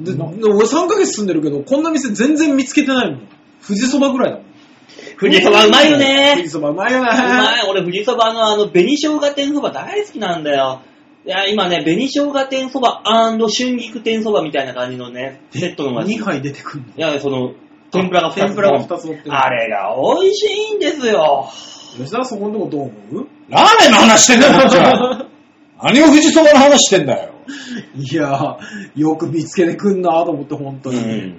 で
な
俺3ヶ月住んでるけど、こんな店全然見つけてないもん。富士そばぐらいだもん。
富士そばうまいよ
富
ね
士そばうまいよね。
うまい。俺富士そばのあの、紅生姜天そば大好きなんだよ。いや、今ね、紅生姜天そば春菊天そばみたいな感じのね、セットのが
2
い
杯出てくるの。
や、その、天ぷらが2つ。
天ぷらが2つ乗ってる。
あれが美味しいんですよ。
吉沢そこのとこどう思う
ラーメンの話してんだよ、こっちは。 何を富士そばの話してんだよ。
いやー、よく見つけてくんなと思って、本当に。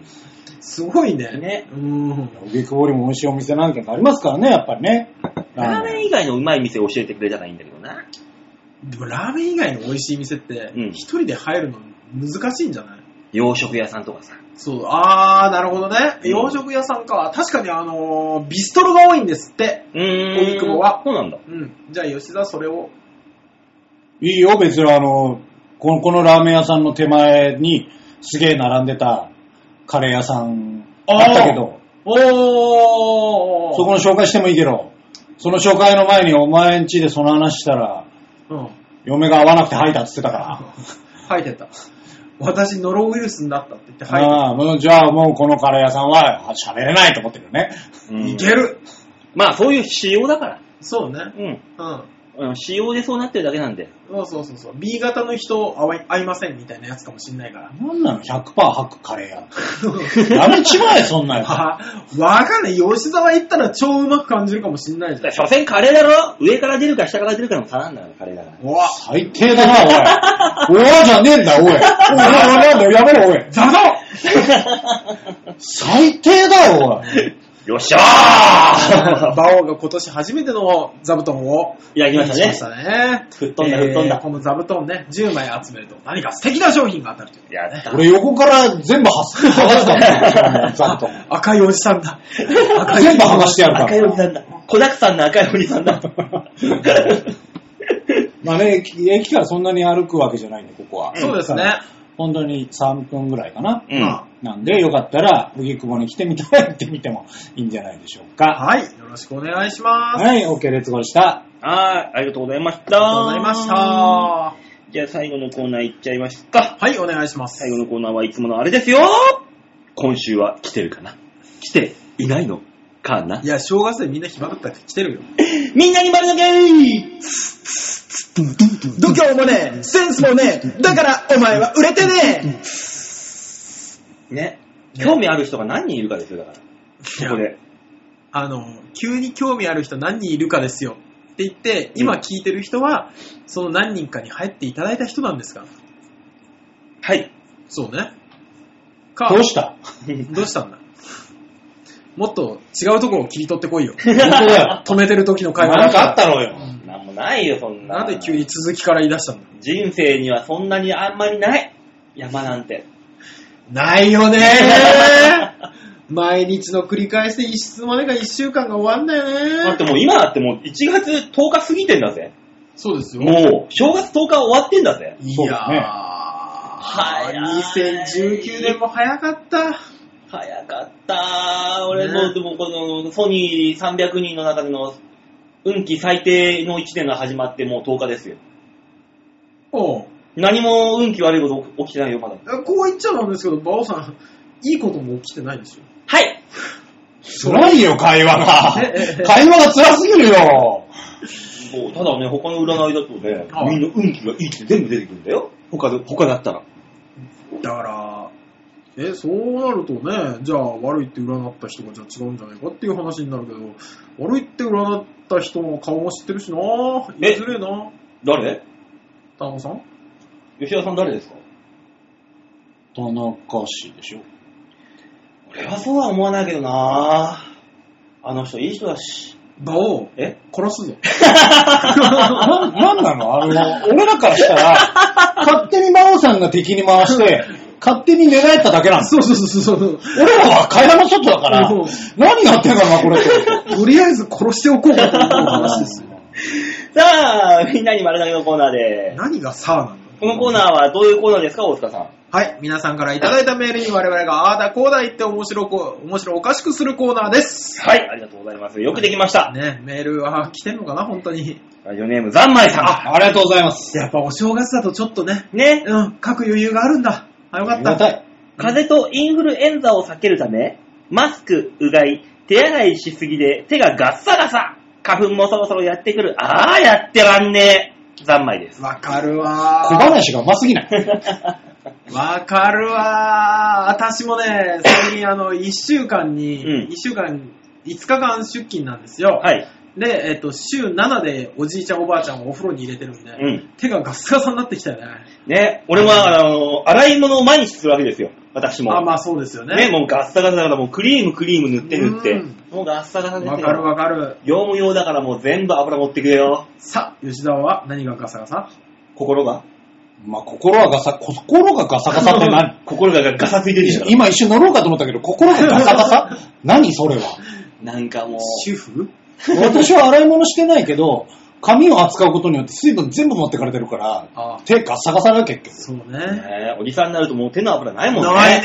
すごいね。
ね
うん。
荻窪にも美味しいお店何軒かありますからね、やっぱりね。
ラーメン以外のうまい店教えてくれたらいいんだけどな。
でもラーメン以外の美味しい店って
うん、
一人で入るの難しいんじゃない
洋食屋さんとかさ。
そう、あー、なるほどね。
うん
洋食屋さんか。確かにあのービストロが多いんですって。
うーん。
荻窪は
そうなんだ。
うん。じゃあ吉沢それを。
いいよ、別にあの、このこのラーメン屋さんの手前にすげえ並んでたカレー屋さんあったけど、
おー
そこの紹介してもいいけど、その紹介の前にお前ん家でその話したら、
うん。
嫁が合わなくて吐いたって言ってたから。
吐いてた。私、ノロウイルスになったって言って吐いて
ああもうじゃあもうこのカレー屋さんはあ喋れないと思ってるよね。
た。いける
まあ、そういう仕様だから。
そうね。
うん。
うん。
うん仕様でそうなってるだけなんで。
そうそうそうそう。B 型の人会い会いませんみたいなやつかもしんないから。
なんなの ?100% 吐くカレ ー屋。やめちまえ、そんなや
あ、わかんない。吉沢行ったら超うまく感じるかもしんないじゃん。
所詮カレーだろ上から出るか下から出るかの差なんだよ、カレーだから。
おわ
つ。最低だな、おい。おわじゃねえんだよ、おい。おい、なんだよ、やめろ、おい。
ザ ザ
最低だよ、おい。
よっしゃー
バオが今年初めての座布団を
いただきましたね
手にしましたね。
吹っ飛んだ吹っ飛んだ
えーこの座布団ね、10枚集めると何か素敵な商品が当たるという。
やった。
俺横から全部はす剥がすからね、ざっと。
赤いおじさ んだ。赤い
全部剥がしてやるか
赤いおじ
ら。
さんだ。子だくさんの赤いおじさんだ。
まあね、駅駅からそんなに歩くわけじゃないんで、ここは。
そうですね。
本当に3分ぐらいかな。
うん
ま
なんで、よかったら、荻窪に来てみたいってみてもいいんじゃないでしょう
あ
か。
はい。よろしくお願いします。あり
はい、OK、レッツゴーでした。
はい、ありがとうございました。あり
がとうございました。。は
じゃあ最後のコーナーいっちゃいますか。
い、お願いします。
最後のコーナーはいつものあれですよ今週は来てるかな来ていないのかない
や、正月でみんな暇だったら来てるよ。
みんなに丸投げ
度胸もねえ、センスもねえ、だからお前は売れてね
ね。興味ある人が何人いるかですよ、だから。ここで。
あの、急に興味ある人何人いるかですよって言って、今聞いてる人は、その何人かに入っていただいた人なんですから。
はい。
そうね。か、
どう した
どうしたんだもっと違うところを切り取ってこいよ。
本当だよ。
止めてる時の会話
なんかあった
ろ。
ろうよ。
なんもないよ、そんな。
なんで急に続きから言い出したんだ
人生にはそんなにあんまりない。山なんて。
ないよね
毎日の繰り返しで一室までが一週間が終わんだ
だ
よ
って
ね。
もう今だってもう1月10日過ぎてんだぜ。
そうですよ。
もう、正月10日終わってんだぜ。
い
そう
やー、
だね
早い
2019年も早かった。
早かった。俺も、
ね
でもこの、ソニー300人の中での、運気最低の1年が始まってもう10日ですよ。
おう
何も運気悪いこと起きてないよ、まだ。
こう言っちゃなんですけど、馬王さん、いいことも起きてないんですよ。
はい
辛いよ、会話が。会話が辛すぎるよ。
そうただね、他の占いだとね
は、い
みんな運気がいいって全部出てくるんだよ。他で、他だったら。
だから、え、そうなるとね、じゃあ悪いって占った人がじゃあ違うんじゃないかっていう話になるけど、悪いって占った人の顔も知ってるしな言いづれえな
誰
田中さん
吉田さん誰ですか
田中氏でし ょ。
俺はそうは思わないけどなあの人いい人だし。
馬王、
え
殺すぞ。
な、なんなのあの、俺らからしたら、勝手に馬王さんが敵に回して、勝手に寝返っただけなんです。
そうそうそうそう。
俺らは会話の外だから
うん、
何やってんだろうな、これって。
とりあえず殺しておこうかという話ですよ。
さあ、みんなに丸投げのコーナーで。
何がさあなんだ
このコーナーはどういうコーナーですか、大塚さん。
はい、皆さんからい
い
ただ
ただ
い
いたメールに我々があーだこうだ言って面白こ面白おかしくするコーナーです。
はい、ありがとうございます。よくできました。
ね、メールは来てんのかな、本当に。
ラジオネーム、ざんまいさ
ありがとうございます。
やっぱお正月だとちょっとね、
ん。ね、
うん、書く余裕があるんだ。あ、よ
あ
か
り
っ
がた
た。
い。
風邪とインフルエンザを避けるため、マスク、うがい、手洗いしすぎで手がガッサガサ。花粉もそろそろやってくる。ああ、やってらんねえ。ざんまい です。
わかるわ
小話がうますぎない。
ー。わかるわー。私もね、最近あの、1週間に、
うん
1週間、5日間出勤なんですよ。
はい。
で、えっと、週7でおじいちゃんおばあちゃんをお風呂に入れてるんで、
うん。
手がガッサガサになってきたよね。
ね、俺は、あの、洗い物を毎日するわけですよ。私も。
あ、まあそうですよね。
ね、もうガッサガサだからもうクリームクリーム塗って塗って。
うん
もうガッサガサですよ
わかるわかる。
業務用だからもう全部油持ってくれよ。
さあ、吉沢は何がガサガサ
心が。
まあ、心はガサ、心がガサガサって何
心がガサついてるでしょ。
今一瞬乗ろうかと思ったけど、心がガサガサ何それは。
なんかもう。
主婦
私は洗い物してないけど、髪を扱うことによって水分全部持ってかれてるから、
あ
手ガサガサだ結局。
そうね。
ねおじさんになるともう手の油ないもんね。
ないね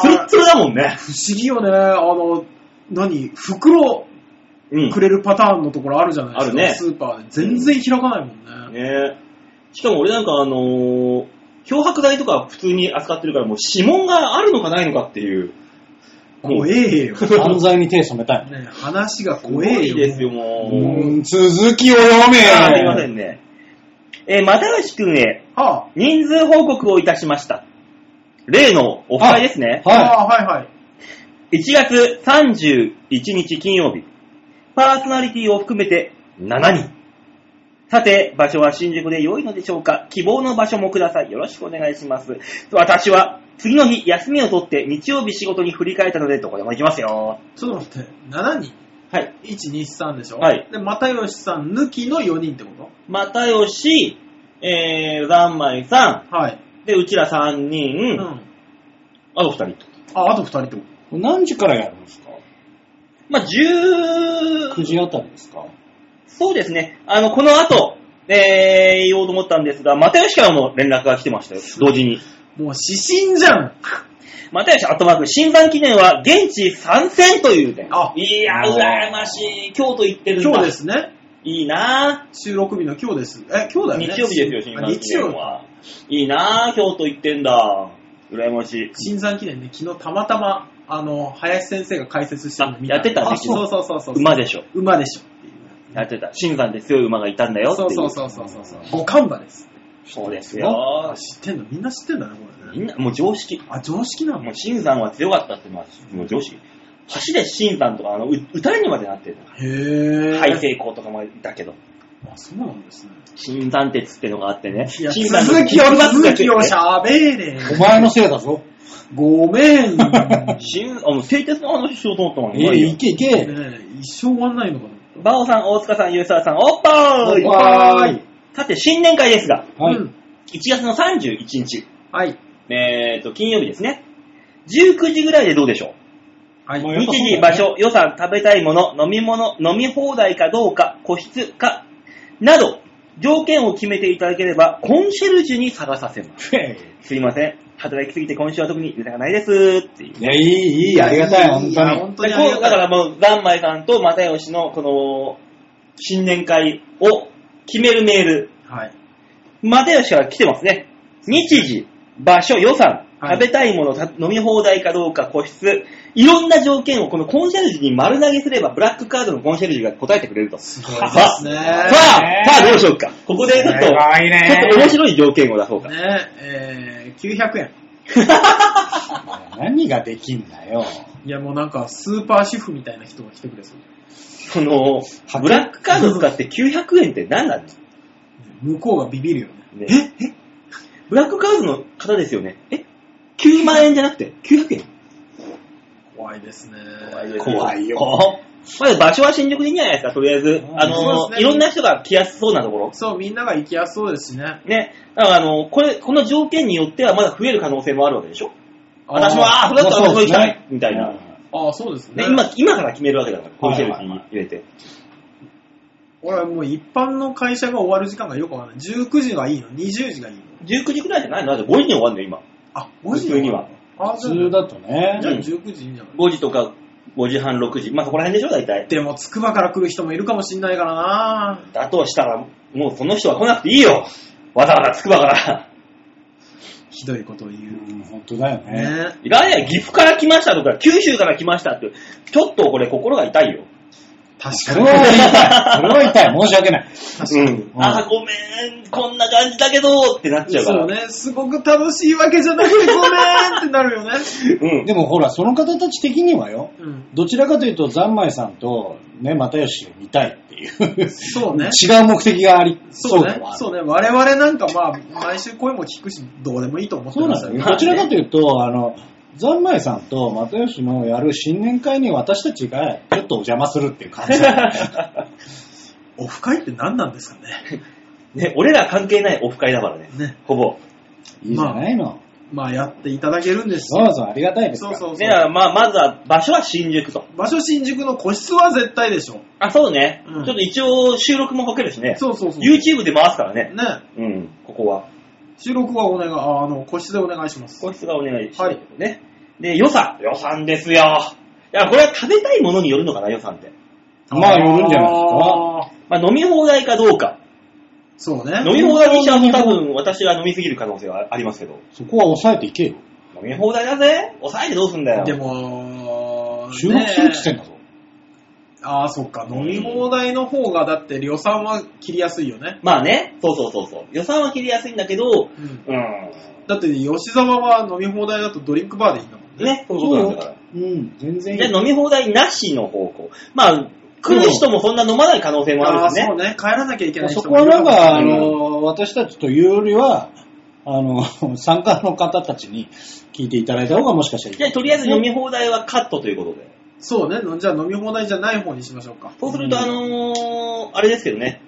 ツルッツルだもんね。
不思議よね。あの、何袋
うん。
くれるパターンのところあるじゃないですか。
あるね
スーパーで。全然開かないもんね。
ねしかも俺なんかあのー漂白剤とか普通に扱ってるからもう指紋があるのかないのかっていう。
怖え よ。
犯罪に手染めたい。
ね話が怖
怖
え
い
よ。
ですよ、もう。
うーん続きを読め
あーすいませ
よ。
んね。えー、またがしくんへ
は
人数報告をいたしました。例のオフ会ですね。
あ、
は
ああはいはい。
1月31日金曜日、パーソナリティを含めて7人。さて、場所は新宿で良いのでしょうか希望の場所もください。よろしくお願いします。私は、次の日、休みを取って、日曜日仕事に振り返ったので、どこでも行きますよ。
ちょっと待って。7人。
はい。
1、2、3でしょ
はい。
で、又吉さん抜きの4人ってこ
又吉、えー、ざんまいさ
とはい。
ん、で、うちら3人、
うん。
あと2人と。
あ、あと2人ってこと
い。何時からやるんですか
まあ、
9
10、
時あたりですか
そうですね。あの、この後、えー、言おうと思ったんですが、又吉からも連絡が来てましたよ。同時に。
もう指針じゃん。
またよし、アットマーク、新山記念は現地参戦というね。
あ
いやー、羨ましい。京都行ってるんだ。
今日で。すね。
いいな
収録日の今日です。え、今日だ
ー。
よね。
日曜日ですよ、新
あ
山記
日
念
曜。
は。いいなー、京都行ってんだ。羨ましい。
新山記念ね、昨日たまたま、あの、林先生が解説してるの見た。
あやってた
あ
でしょ
そうそうそうそう。
馬でしょ。
馬でしょっていう。
やってた。新山で強い馬がいたんだよってい
そ
う
そうそうそうそうそう。五冠馬です。
う。そうですよ
あ。知ってんのみんな知ってんだね、これ
み
ね。
んな、もう常識。
あ、常識な
も
の
う新山は強かったってのは、もう常識。橋で新山とか、あの、う歌にまでなってる。
へぇー。
大成功とかもいたけど、
あ、そうなんですね。
新山鉄ってのがあってね。
いや、
新山の
続きを、
金髪だ
続
け
き
ど
を
ね
喋れ。
お前のせいだぞ。
ごめ ん。ね
新、あの、製鉄の話しようと思ったの
え
に。
いけいけ。
え一生終わんないのかな。
バオさん、大塚さん、ユーサーさん、おっぱーい
はーい。
さて、新年会ですが、
はい。
うん
1月の31日、
はい。
えーと、金曜日ですね。19時ぐらいでどうでしょ
はい。
もう
は
やっ
い。
日
ぱそ
時、場所、
うだね
予算、食べたいもの、飲み物、飲み放題かどうか、個室か、など、条件を決めていただければ、コンシェルジュに探させます。すいません。働きすぎて今週は特に豊かないです。っていう。
いや、いい、いい、ありがたい、本当
や
に。
本当
で
に
こうだ
だ
か
から、
らもう、ざんまいさんと又吉のこの、新年会を決めるメール、
はい。
又吉から来てますね。日時、場所、予算、
はい
食べたいもの、た飲み放題かどうか、個室、いろんな条件をこのコンシェルジュに丸投げすれば、ブラックカードのコンシェルジュが答えてくれると。
すごい
さあ、
です
さ
ね。
あ
ね、
さあどうしようか。ここでちょっと、ち
す
ょ
ごいね
っと面白い条件を出そうか。
ねえー、900円。
何ができんだよ。
いや、もうなんか、スーパーシェフみたいな人が来てくれそう。
その、ブラックカード使って900円って何なの
向こうがビビるよね。
ね、ええブラックカードの方ですよね。え ?9 万円じゃなくて900円
怖いですね。
怖いよ。
まあ、場所は新宿でいいんじゃないですか、とりあえず。あ
そ
の、
うですね
いろんな人が来やすそうなところ。
そう、みんなが行きやすそうですしね。
ね。だから、あの、これ、この条件によってはまだ増える可能性もあるわけでしょ
あー
私も、ああ、それだったら
ま
ここ
あそう
行
で
き
す
た
ね
いみたいな。
ああ、そうですね。
ね、今、今から決めるわけだから、コンシェルジ
は
ュ
いはい
に
は
入れて。
俺はもう一般の会社が終わる時間がよくわかんない。19時がいいの ?20 時がいいの
19時くらいじゃないのだって5時に終わるのよ、今。
あ、5
普
時
通には。
あ、じゃあ
普通だとね
じ。ゃあ19時いいんじゃない
5時とか5時半、6時。まあ、そこら辺でしょ、大体。
でも、つくばから来る人もいるかもしんないからな
だとしたら、もうその人は来なくていいよ。わざわざつくばから。
ひどいことを言う。
うん本当だよね。
ね
いらない、岐阜から来ましたとか、九州から来ましたって、ちょっとこれ心が痛いよ。
それは 痛い。それは痛い。申し訳ない。
うん。あー、ごめん、こんな感じだけど、ってなっちゃうか
そ
ら。
うね、すごく楽しいわけじゃなくてごめんってなるよね。
うん。
でもほら、その方たち的にはよ、
うん。
どちらかというと、三昧さんと、ね、又吉を見たいっていう、
そうね。
違う目的があり
そ
そううで
ね
は。ある
そうね。我々なんかまあ、毎週声も聞くし、どうでもいいと思って
そう
ま
なん
す
だ
よ
よね。どちらかというと、あの、三昧さんと又吉のやる新年会に私たちがちょっとお邪魔するっていう 感じだね
オフ会って何なんですかね。
ね、俺ら関係ないオフ会だからね。
ね
ほぼ。
いいじゃないの。
まあ、やっていただけるんですし。
そうそう、ありがたいですか
そう
ら。
そうそ
ね、
う。
まあ、まずは、場所は新宿と。
場所新宿の個室は絶対でしょ。
あ、そうね。
うん
ちょっと一応収録もかけるしね。
そうそうそう。
YouTube で回すからね。
ね。
うん、ここは。
収録はお願い、ああの、個室でお願いします。
個室がお願いしま
は
す
い
ね。で、予算。予算ですよ。いや、これは食べたいものによるのかな、予算って。
まあ、よるんじゃないですか。
あー
まあ、飲み放題かどうか。
そうね。
飲み放題にしちゃうと多分、私は飲みすぎる可能性はありますけど。
そこは抑えていけよ。
飲み放題だぜ抑えてどうすんだよ。
でも、
収録するって言ってん
ね
だぞ。
ああ、そっか。飲み放題の方が、だって、予算は切りやすいよね。
まあね、そうそうそうそう。予算は切りやすいんだけど、
うん。
うん。
だって、吉沢は飲み放題だとドリンクバーでいいんだもんね。
ね、そういうことなんだから。
うん、全然いい
じゃあ飲み放題なしの方向。まあ、来る人もそんな飲まない可能性も
あ
あ
あ、
るしね
そ。うね。帰らなきゃいけない人
そこはなんか、
も
あ
いるも
の、私たちというよりは、あの、 参加の方たちに聞いていただいた方がもしかしたらいい
じゃあとりあえず飲み放題はカットということで。
そうね。じゃあ飲み放題じゃない方にしましょうか。
そうすると、あのー、あれですけどね。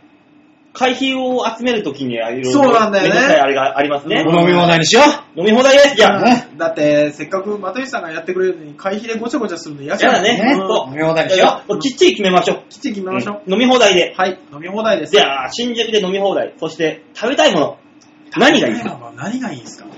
会費を集めるときに、いろいろ
そうなんだよ
めん
ね
どくさいあれがありますね。
お飲み放題にしよう
飲み放題ですじゃあ。
ね
だって、せっかく又吉さんがやってくれるのに、会費でごちゃごちゃするの嫌じ
や
ゃな
だ
い
ね。
ね
そう
飲み放題にし
い
よ
やきっちり決めましょう。
きっちり決めましょう。
うん飲み放題で。
はい。飲み放題です。
じゃあ、新宿で飲み放題。そして、食べたいもの。何がいいですか
何がいいですかね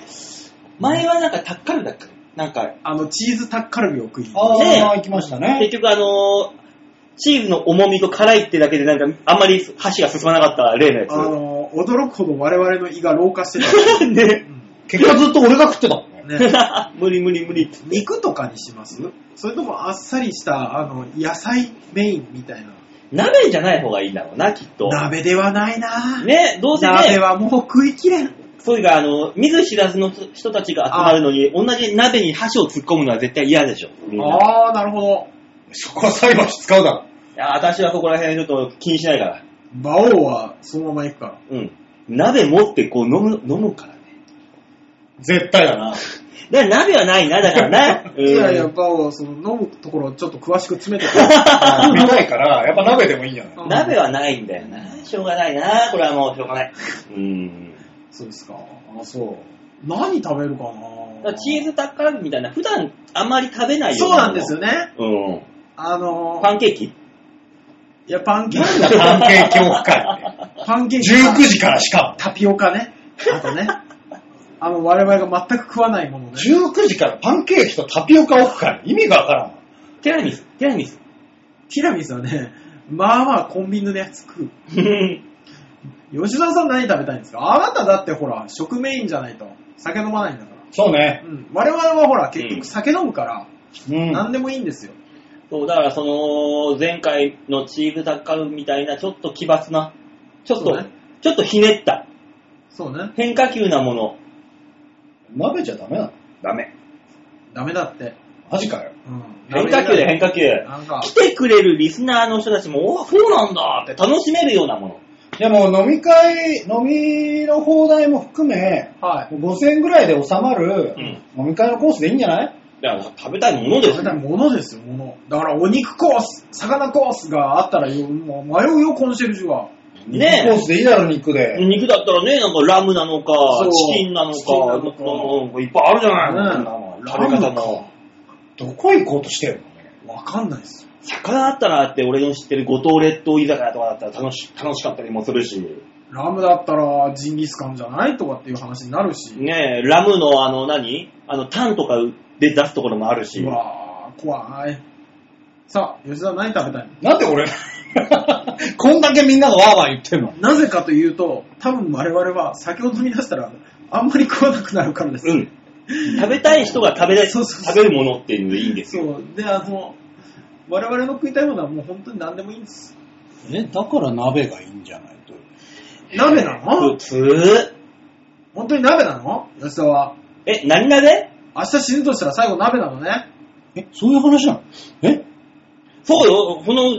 前はなんかタッカルだっけなんか、
あの、チーズタッカルビを食いに
う。あ
ね
あ、行きましたね
結。局あのー、チーズの重みと辛いってだけでなんか、あんまり箸が進まなかった例のや
あの、驚くほど我々の胃が老化してた。
つ。 ね。
結果ずっと俺が食ってたもん ね。
ね、
無理無理無理。
肉とかにしますそれともあっさりした、あの、野菜メインみたいな。
鍋じゃない方がいいんだろうな、きっと。
鍋ではないな、
ね、どうせ
鍋
ね、
はもう食いきれん。
そういうか、あの、見ず知らずの人たちが集まるのに、同じ鍋に箸を突っ込むのは絶対嫌でしょ。みんな。
ああ、なるほど。
そこは裁判室使うだろ。
いや、私はそこら辺ちょっと気にしないから。
馬王はそのまま行くから。
うん。鍋持ってこう飲む、飲むからね。
絶対だな。
だから鍋はないな、だから な。うん
いやいや、馬王、その飲むところをちょっと詳しく 詰めてくれ
見たいから、やっぱ鍋でもいいんじゃない
鍋はないんだよな。しょうがないな。これはもうしょうがない。うん。
そうですか。
あ、そう。
何食べ
だだ
るかな
からチーズタッカルビみたいな、普段あんまり食べないよ
そうなんですよね。
うん。
あのー、
パンケーキ
いや、パンケーキ
パンケーキオフ会っ
パンケーキ
て。。19時からしか
タピオカね。あとね。あの、我々が全く食わないもの
も。
ね。
19時からパンケーキとタピオカオフ会。意味がわからん。
ティラミス、ティラミス。
ティラミスはね、まあまあコンビニのやつ食う。吉田さん何食べたいんですかあなただってほら、食メインじゃないと酒飲まないんだか
そう
ら。
ね。
うん。我々はほら、
う
結
ん
局酒飲むから、
うん。
何でもいいんですよ。
そう、だからその、前回のチーズタッカルビみたいな、ちょっと奇抜な、ちょっ
そう
と、
ね
ちょっとひねった、
そうね。
変化球なもの。
鍋じゃダメなの
ダメ。
ダメだって。
マジかよ。
うん。
変化球で変
化
化球。
なんか、
来てくれるリスナーの人たちも、おそうなんだって楽しめるようなもの。
いやもう飲み会、飲みの放題も含め、
はい。
5000円ぐらいで収まる
うん
飲み会のコースでいいんじゃない
だから食べたいもので
食
す
べたいものですよ、もの。だから、お肉コース、魚コースがあったらよ、もう迷うよ、コンシェルジュは。
ね
コースでいいだろ、肉で。
肉だったらね、なんかラムなのか
そ、う
チキンなのか、
チキンなのか
なんかいっぱいあるじゃないの、
うん
こんな
ラ
の
ム
食べ
か
方も。
どこ行こうとしてるの
わかんないですよ。
魚だったらだって俺の知ってる五島列島居酒屋とかだったら楽し楽しかったりもするし、
ラムだったら、ジンギスカンじゃないとかっていう話になるし。
ねえ、ラムのあの何あのタンとかで出すところもあるし
う、わー、怖い。さあ、吉田何食べたい
なんで 俺こんだけみんながワーワー言ってんの
のなぜかというと、多分我々は先ほど見出したら、あんまり食わなくなるからです。
うん。食べたい人が食べたい、
そうそうそう
食べるものっていうのでいいんですよ。
そう。で、あの、我々の食いたいものはもう本当に何でもいいんです。
え、だから鍋がいいんじゃないと。
鍋なの
普通。
本当に鍋なの吉田は。
え、何鍋
明日死ぬとしたら最後鍋なのね。
え、そういう話なのえ
そうよ、この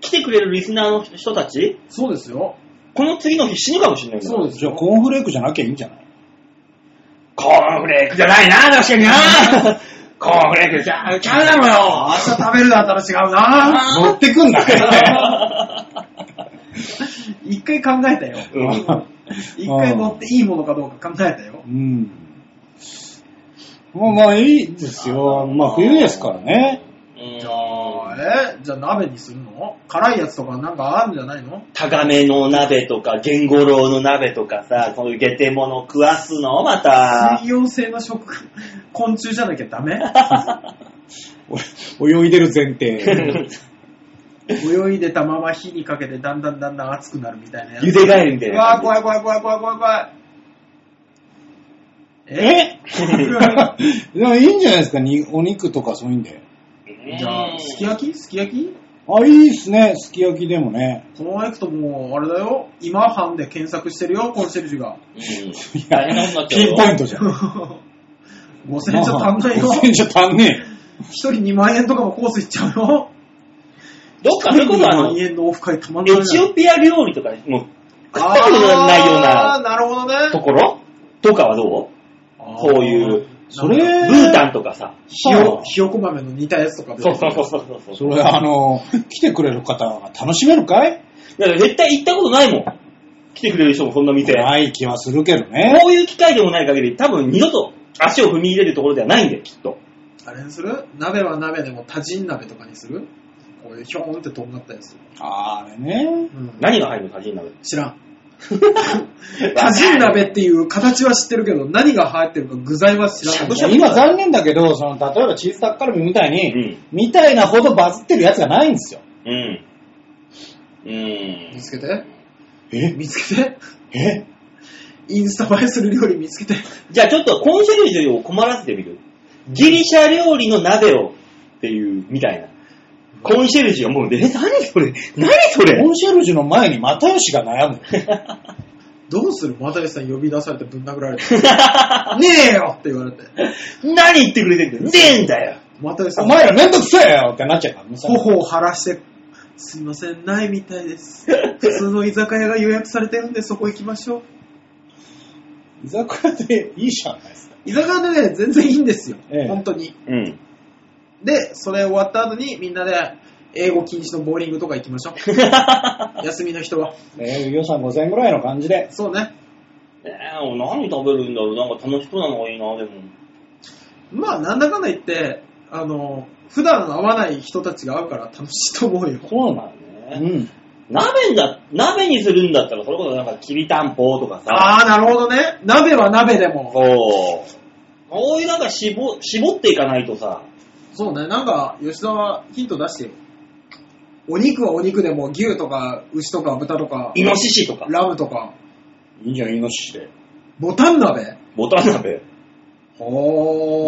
来てくれるリスナーの人たち、
そうですよ。
この次の日死ぬかもしれないんだから
そうです
じゃあ
よ。
コーンフレークじゃなきゃいいんじゃない
コーンフレークじゃないな、確かにな。コーンフレークじゃ、ちゃうだろ
明日食べるだったら違うな
持ってくんだね。
一回考えたよ。一回乗っていいものかどうか考えたよ。
うん。まあまあいいですよ。まあ冬ですからね。
うん
じゃあ、えじゃあ鍋にするの辛いやつとかなんかあるんじゃないの
タガメの鍋とか、ゲンゴロウの鍋とかさ、こういうゲテモノ食わすのまた。
水溶性の食、昆虫じゃなきゃダメ
お 泳いでる前提。
泳いでたまま火にかけてだんだんだんだん熱くなるみたいなやつ。
茹でガエルみたいうな
わ
感
ー
じ。
怖い怖い怖い怖い怖い怖い。
え でもいいんじゃないですか、にお肉とかそういうんで。
じゃあ、すき焼きすき焼き
あ、いいっすね、すき焼きでもね。
このまま行くともう、あれだよ。今半で検索してるよ、コンシェルジュが。
うん大変なことになっちゃう
ピン
よ
ポイントじゃん。
5000円じゃ足んないよ。
5000円じゃ足んね
一人2万円とかもコースいっちゃうよ。
どっか、それこそあの、
2万円のオフ会たまんない
エチオピア料理とか、もう、食ったことのないよう
あー
な
なるほど
と
ね。
ころとかはどうこういう、
え。それ、
ブータンとかさ。
ひよ、ひよこ豆の似たやつとかで。
そうそうそうそうそう。
それ、あの、来てくれる方が楽しめるかい
だから絶対行ったことないもん。来てくれる人もこんな店。
ない気はするけどね。
こういう機会でもない限り、多分二度と足を踏み入れるところではないんだよ、きっと。
あれにする鍋は鍋でも多人鍋とかにするこういうひょーんって飛んがったやつ。
あれね。
うん
何が入るの、ジン鍋。
知らん。多人鍋っていう形は知ってるけど、何が入ってるか具材は知らない。
しゃぶ
今残念だけど、その、例えばチーズタッカルビみたいに、
うん
みたいなほどバズってるやつがないんですよ。
うん。うん
見。つけて。
え
見つけて。
え
インスタ映えする料理見つけて。
じゃあちょっとコンシェルジュを困らせてみる。ギリシャ料理の鍋をっていう、みたいな。コンシェルジュがもう、え、何それ何それ
コンシェルジュの前に又吉が悩 む。
どうする又吉さん呼び出されてぶん殴られ て。ねえよって言われて。
何言ってくれてんだよねえんだよ
又吉さ
お
ん、
前らめんどくせえよってなっちゃうからね。
頬を晴らして、すいません、ないみたい です。普通の居酒屋が予約されてるんで、そこ行きましょう。
居酒屋でいいじゃないですか。
居酒屋でね、全然いいんですよ。
ええ
本当に。
うん。
で、それ終わった後にみんなで、英語禁止のボーリングとか行きましょ う。休みの人は。
えー予算5000円ぐらいの感じで。
そうね。
ねえ、何食べるんだろうなんか楽しそうなのがいいな、でも。
まあ、なんだかんだ言って、あの、普段会わない人たちが会うから楽しいと思うよ。
そうなの
う
ね。
ん。
鍋んだ、鍋にするんだったら、それこそなんか、きりたんぽとかさ、
ああ、なるほどね。鍋は鍋でも。
こう、こういうなんか絞、絞っていかないとさ、
そうね、なんか、吉田はヒント出してよ。お肉はお肉でも、牛とか、牛とか、豚とか、
イノシシとか。
ラムとか、
いいじゃん、イノシシで。
ボタン鍋
ボタン鍋。
ほ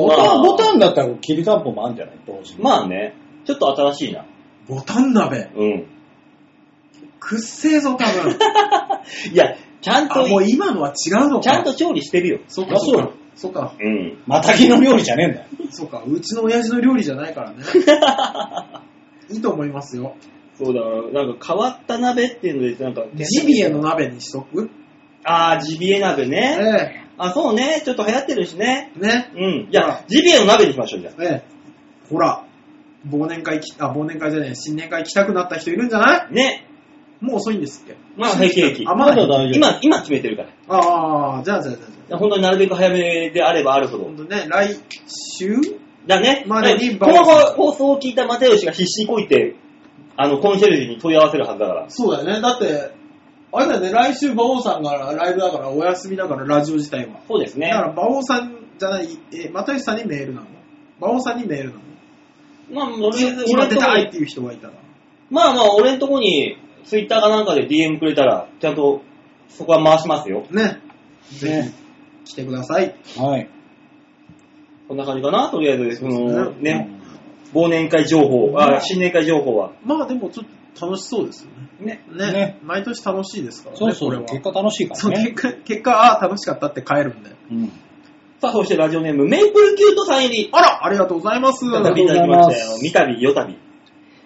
ボ
ー。
タン、ボタンだったら、きりたんぽもあるんじゃない同時に。
まあね、ちょっと新しいな。
ボタン鍋。
うん。
くっせえぞ、多分。
いや、ちゃん
あ、
と、
もう今のは違うのか。
ちゃんと調理してるよ。
そっ
あ
か、
そう
そっ
な
か
の。
そっか、
うん。
またぎの料理じゃねえんだよ。
そっか。うちの親父の料理じゃないからね。いいと思いますよ。
そうだ、なんか変わった鍋っていうので、なんか、
ジビエの鍋にしとく
あー、ジビエ鍋
え
ね。あ、そうね。ちょっと流行ってるしね。
えね。
うん。いや
あ、
ジビエの鍋にしましょう、じゃあ。
ええ。ほら、忘年会き、あ、忘年会じゃねえ、新年会来たくなった人いるんじゃない
ね。
もう遅いんですっけ
まあ、平気平気。
あ、まだだ。
大丈夫。
今、今決めてるから。い
ああ、じゃあじゃあじゃあじゃ
や本当になるべく早めであればあるほ
あ。ほん
ど。
とね、来週
だね。
まあねリン
こ
バ
の放送を聞いた又吉が必死にこいて、あの、コンシェルジュに問い合わせるはずだから。
そうだよね。だって、あれだよね、来週馬王さんがライブだからお休みだから、ラジオ自体は。
そうですね
だ。から馬王さんじゃない、え、又吉さんにメールなの馬王さんにメールなの
まあ、俺、俺
今
の
出
とこ
たいっていう人がいたら。
まあまあ、俺のとこに、ツイッターかなんかで DM くれたら、ちゃんと、そこは回しますよ。
ね。
ね
ぜひ、来てください。
はい。
こんな感じかな、とりあえず、その、
そう
ね、忘年会情報、あ、新年会情報は。
まあでもちょっと楽しそうですよね。
ね。
ね。
ね
毎年楽しいですからね、
そうそ
これ
う、
は。
結果楽しいか
そ
ら
う結果、
ね。
結果、ああ、楽しかったって帰るんで。
うん。
さあ、そしてラジオネーム、メイプルキュートさん入り、
あら、ありがとうございます。
再びいただきましたよ。三度、よたび。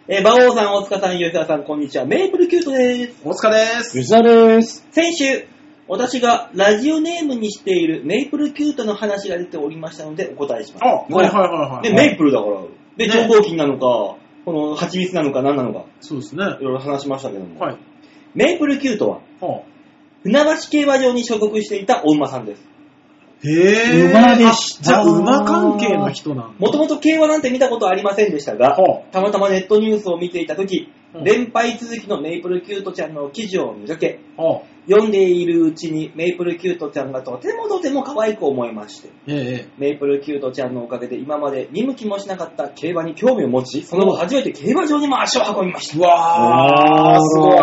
えー、馬王さん、大塚さん、吉田さん、こんにちは。メイプルキュートです。
大塚です。
吉沢です。
先週、私がラジオネームにしているメイプルキュートの話が出ておりましたので、お答えします
あ、。はいはいはいはい。
で、メイプルだから。で、超合金なのか、この蜂蜜なのか何なのか、
そうですね。
いろいろ話しましたけども。
はい。
メイプルキュートは、
は
船橋競馬場に所属していたお馬さんです。
あ、へえ。
馬でした
あじゃあ、馬関係の人なんだ。
もともと競馬なんて見たことありませんでしたが、
は
たまたまネットニュースを見ていたとき、
うん
連敗続きのメイプルキュートちゃんの記事を見かけ、
あ、はあ、
読んでいるうちにメイプルキュートちゃんがとてもとても可愛く思いまして、
ええ、
メイプルキュートちゃんのおかげで今まで見向きもしなかった競馬に興味を持ち、その後初めて競馬場にも足を運びました。
うわー、すごい。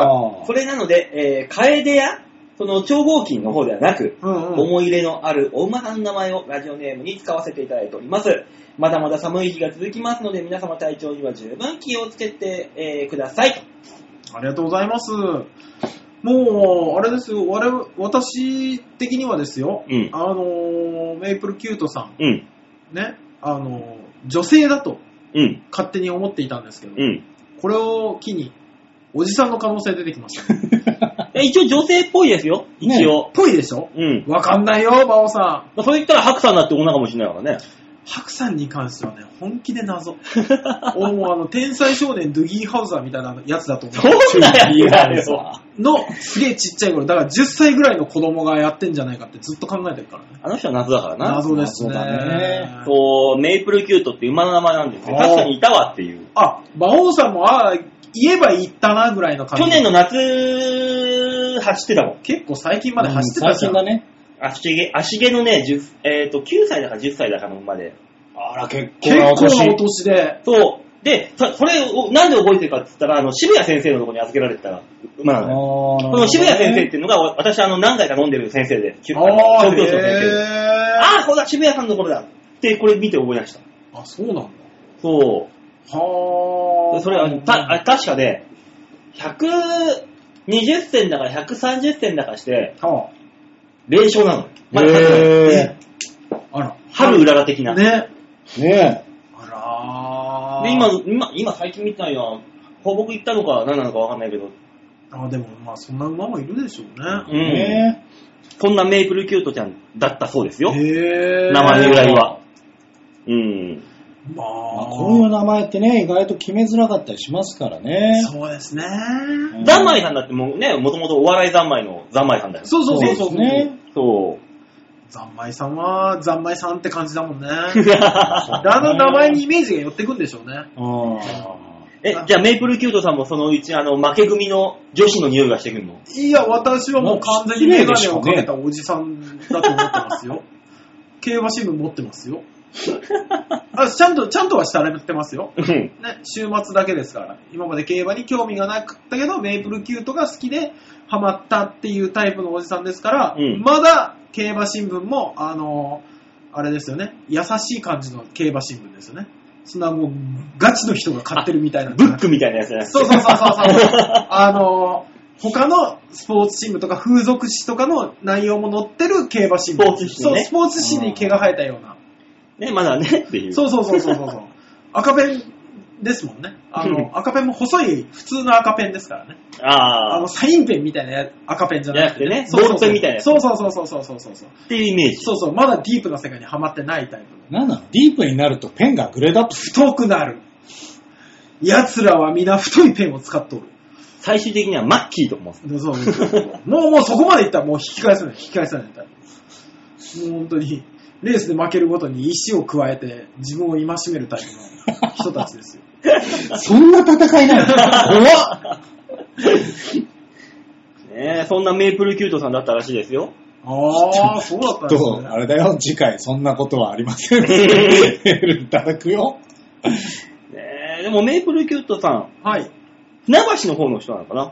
これなので、えー、楓や、その超合金の方ではなく、
うんうん。
思い入れのあるお馬さんの名前をラジオネームに使わせていただいております。まだまだ寒い日が続きますので、皆様体調には十分気をつけて、えーください。
ありがとうございます。もう、あれですよ、我々私的にはですよ、
うん
あのー、メイプルキュートさ
うん、
ん、ね、あのー、女性だと
うん、
勝手に思っていたんですけど、
うん。
これを機に、おじさんの可能性出てきました。
一応女性っぽいですよ、一応。
ぽいでしょ
うん。
わかんないよ、馬王さん。
まあそれ言ったら白さんだって女かもしれない からね。
白さんに関してはね、本気で謎。俺もうあの、天才少年ドゥギーハウザーみたいなやつだと思う。
どんなやつだ
い
よ。
の、すげえちっちゃい頃、だから10歳ぐらいの子供がやってんじゃないかってずっと考えてるからね。
あの人は謎だからな。
謎ですね。
謎だね
そう、メイプルキュートって馬の名前なんですよ。確かにいたわっていう。
あ、馬王さんも、あ言えば言ったなぐらいの感じ。
去年の夏、走ってたもん。
結構最近ま
ま
で
だ
走ってた
最
じゃ
近
ん。
だね。
足毛、足毛のね、10えっ、と、9歳だか10歳だかの馬で。
あら、結構
結
な
構なお
年。
年で。
そう。で、そそれを、なんで覚えてるかって言ったら、あの、渋谷先生のとこに預けられてた馬なのよ。この渋谷先生っていうのが、わ私、あの、何回か飲んでる先生で、中
ああ、
教師の先生で。
へ
ああ、そうだ、渋谷さんのところだ。って、これ見て覚えました。
ーあ、そうなんだ。
そう。
はあ。
それは、た、あ確かで、120戦だから130戦だからして、
は
連勝なの。まだ勝ってない
へ
あ、あら。
春うらら的な。
ね。
ぇね
あらー
で、今、今、今最近見たいな、放牧行ったのか何なのかわかんないけど、
あ、でも、まあ、そんな馬もいるでしょうね。
う
え。
ん
ね
そんなメイプルキュートちゃんだったそうですよ。
へー
名前の由来。は。うん。
ま
え。まあ
あ、
こういう名前ってね、意外と決めづらかったりしますからね。
そうですね。
うん
ざんまいさんだってもうね、もともとお笑いざんまいのざんまいさんだよ。
そうそうそうそう。
ですね。
そう。
残米さんは、残米さんって感じだもんね。だんだん名前にイメージが寄ってくんでしょうね。
え、じゃあメイプルキュートさんもそのうち、あの、負け組の女子の匂いがしてくるの
いや、私はもう完全にメガネをかけたおじさんだと思ってます よ。競馬新聞持ってますよ。あちゃんと、ちゃんとは調べてますよ。
うん。
ね、週末だけですから。今まで競馬に興味がなかったけど、メイプルキュートが好きでハマったっていうタイプのおじさんですから、
うん
まだ競馬新聞も、あのーあれですよね、優しい感じの競馬新聞ですよね。そんなもう、ガチの人が買ってるみたいな。
ブックみたいなやつね。
そうそうそうそうそう。 あのー他のスポーツ新聞とか風俗誌とかの内容も載ってる競馬新
ス
聞。
ポーツ紙
そう、
ね
スポーツ紙に毛が生えたような。
ね、まだねっていう。
そうそうそうそうそうそう。赤ペンですもんね。あの、赤ペンも細い普通の赤ペンですからね。あ
ああ
の、、サインペンみたいなや赤ペンじゃなくてね。
じゃなくてね
そうそう
ボール
そう
ペンみたいなやつ
そうそうそうそうそうそうそう。
っていうイメージ。
そうそう、まだディープな世界にはまってないタイプの。
なんなのディープになるとペンがグレードアップす
太くなる。奴らは皆太いペンを使っとる。
最終的にはマッキーと思うんです
そうそうそうもう、もうそこまでいったらもう引き返せない、引き返せないタイプ。もう本当に、レースで負けるごとに石を加えて自分を戒めるタイプの人たちですよ。
る。そんな戦いなの怖っ
ねえそんなメイプルキュートさんだったらしいですよ。
ああ、そうだったんです
と、
ね
あ。れだよ、次回そんなことはありません。メールいただくよ。
ねえでもメイプルキュートさん、
はい。
船橋の方の人なのかなっ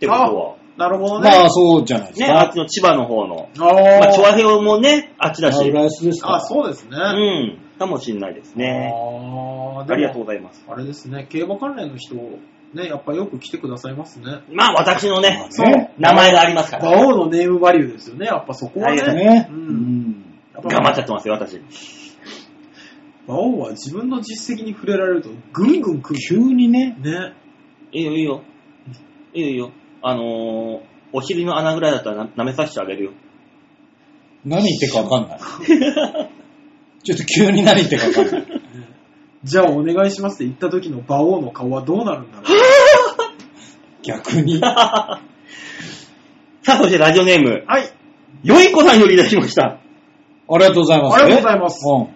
てことは。
なるほどね。
まあ、そうじゃないです
ね、あっ
か。
ちの千葉の方の。
あー
まあ、チョアヘオもね、あっちだ
ラ
し
イ。ライスですか
あ、そうですね。
う
あ
ん。かもしんないですね。
あー
あり
で
がとう
も、
ございます。
あれですね、競馬関連の人、ね、やっぱよく来てくださいますね。
まあ、私のね、
そうね
名前がありますから。
馬王のネームバリューですよね、やっぱそこは
ありがと
ね。
ね。
う
うんん。
やっぱ
頑張っちゃってますよ、私。
馬王は自分の実績に触れられると、ぐんぐん来る。
急にね。
ね。
いいよ、いいよ。いいよ、いいよ。あのー、お尻の穴ぐらいだったらな舐めさせてあげるよ。
何言ってるかわかんない。ちょっと急に何言ってるかわかんない。
じゃあお願いしますって言った時の馬王の顔はどうなるんだろう。
逆 に。
さあ、そしてラジオネーム、
はい。
よいこさんよりいただきました。
ありがとうございます。
ありがとうございます
う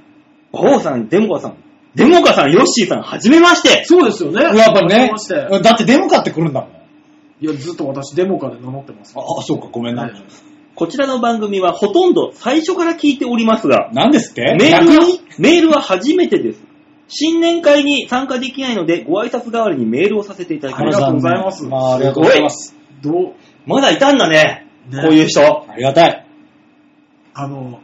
バオさん、デモカさん。デモカさん、ヨッシーさん、はじめまして。
そうですよね。
ん。やっぱ
改め
ね
まして、
だってデモ買ってくるんだもん。
いや、ずっと私デモカで名乗ってます。
あ、そうか、ごめんな
ね。
こちらの番組はほとんど最初から聞いておりますが、
何ですって
メール
逆
は
に、
メールは初めてです。新年会に参加できないので、ご挨拶代わりにメールをさせていただき
あ
ま
り
し
が
た。
とうございます
まあ、ありがとうございます。
どう、
まだいたんだね。
ね
こういう人。
ありがたい。
あの、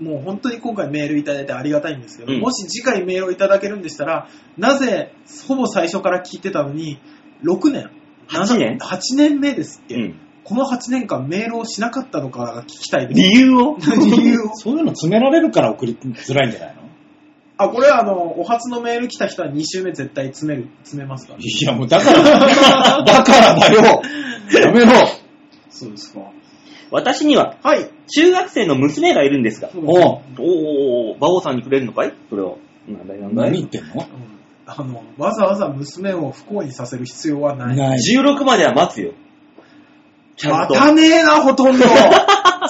もう本当に今回メールいただいてありがたいんですけど、
うん
もし次回メールをいただけるんでしたら、なぜ、ほぼ最初から聞いてたのに、6年
8年
?8 年目ですっけ、
うん
この8年間メールをしなかったのかが聞きたいです。
理由を。
理由を。
そういうの詰められるから送りづらいんじゃないの
あ、これはあの、お初のメール来た人は2週目絶対詰める、詰めますから。
いや、もうだ から、だからだよ。やめろ。
そうですか。
私には、
はい。
中学生の娘がいるんですが、
おう
おーおーおー、馬王さんにくれるのかいそれを。なんだいなんだ
何言
い
ってんの
うんあの、わざわざ娘を不幸にさせる必要はない。
ない。
16までは待つよ。ちゃん
ま
と。
たねえな、ほとんど。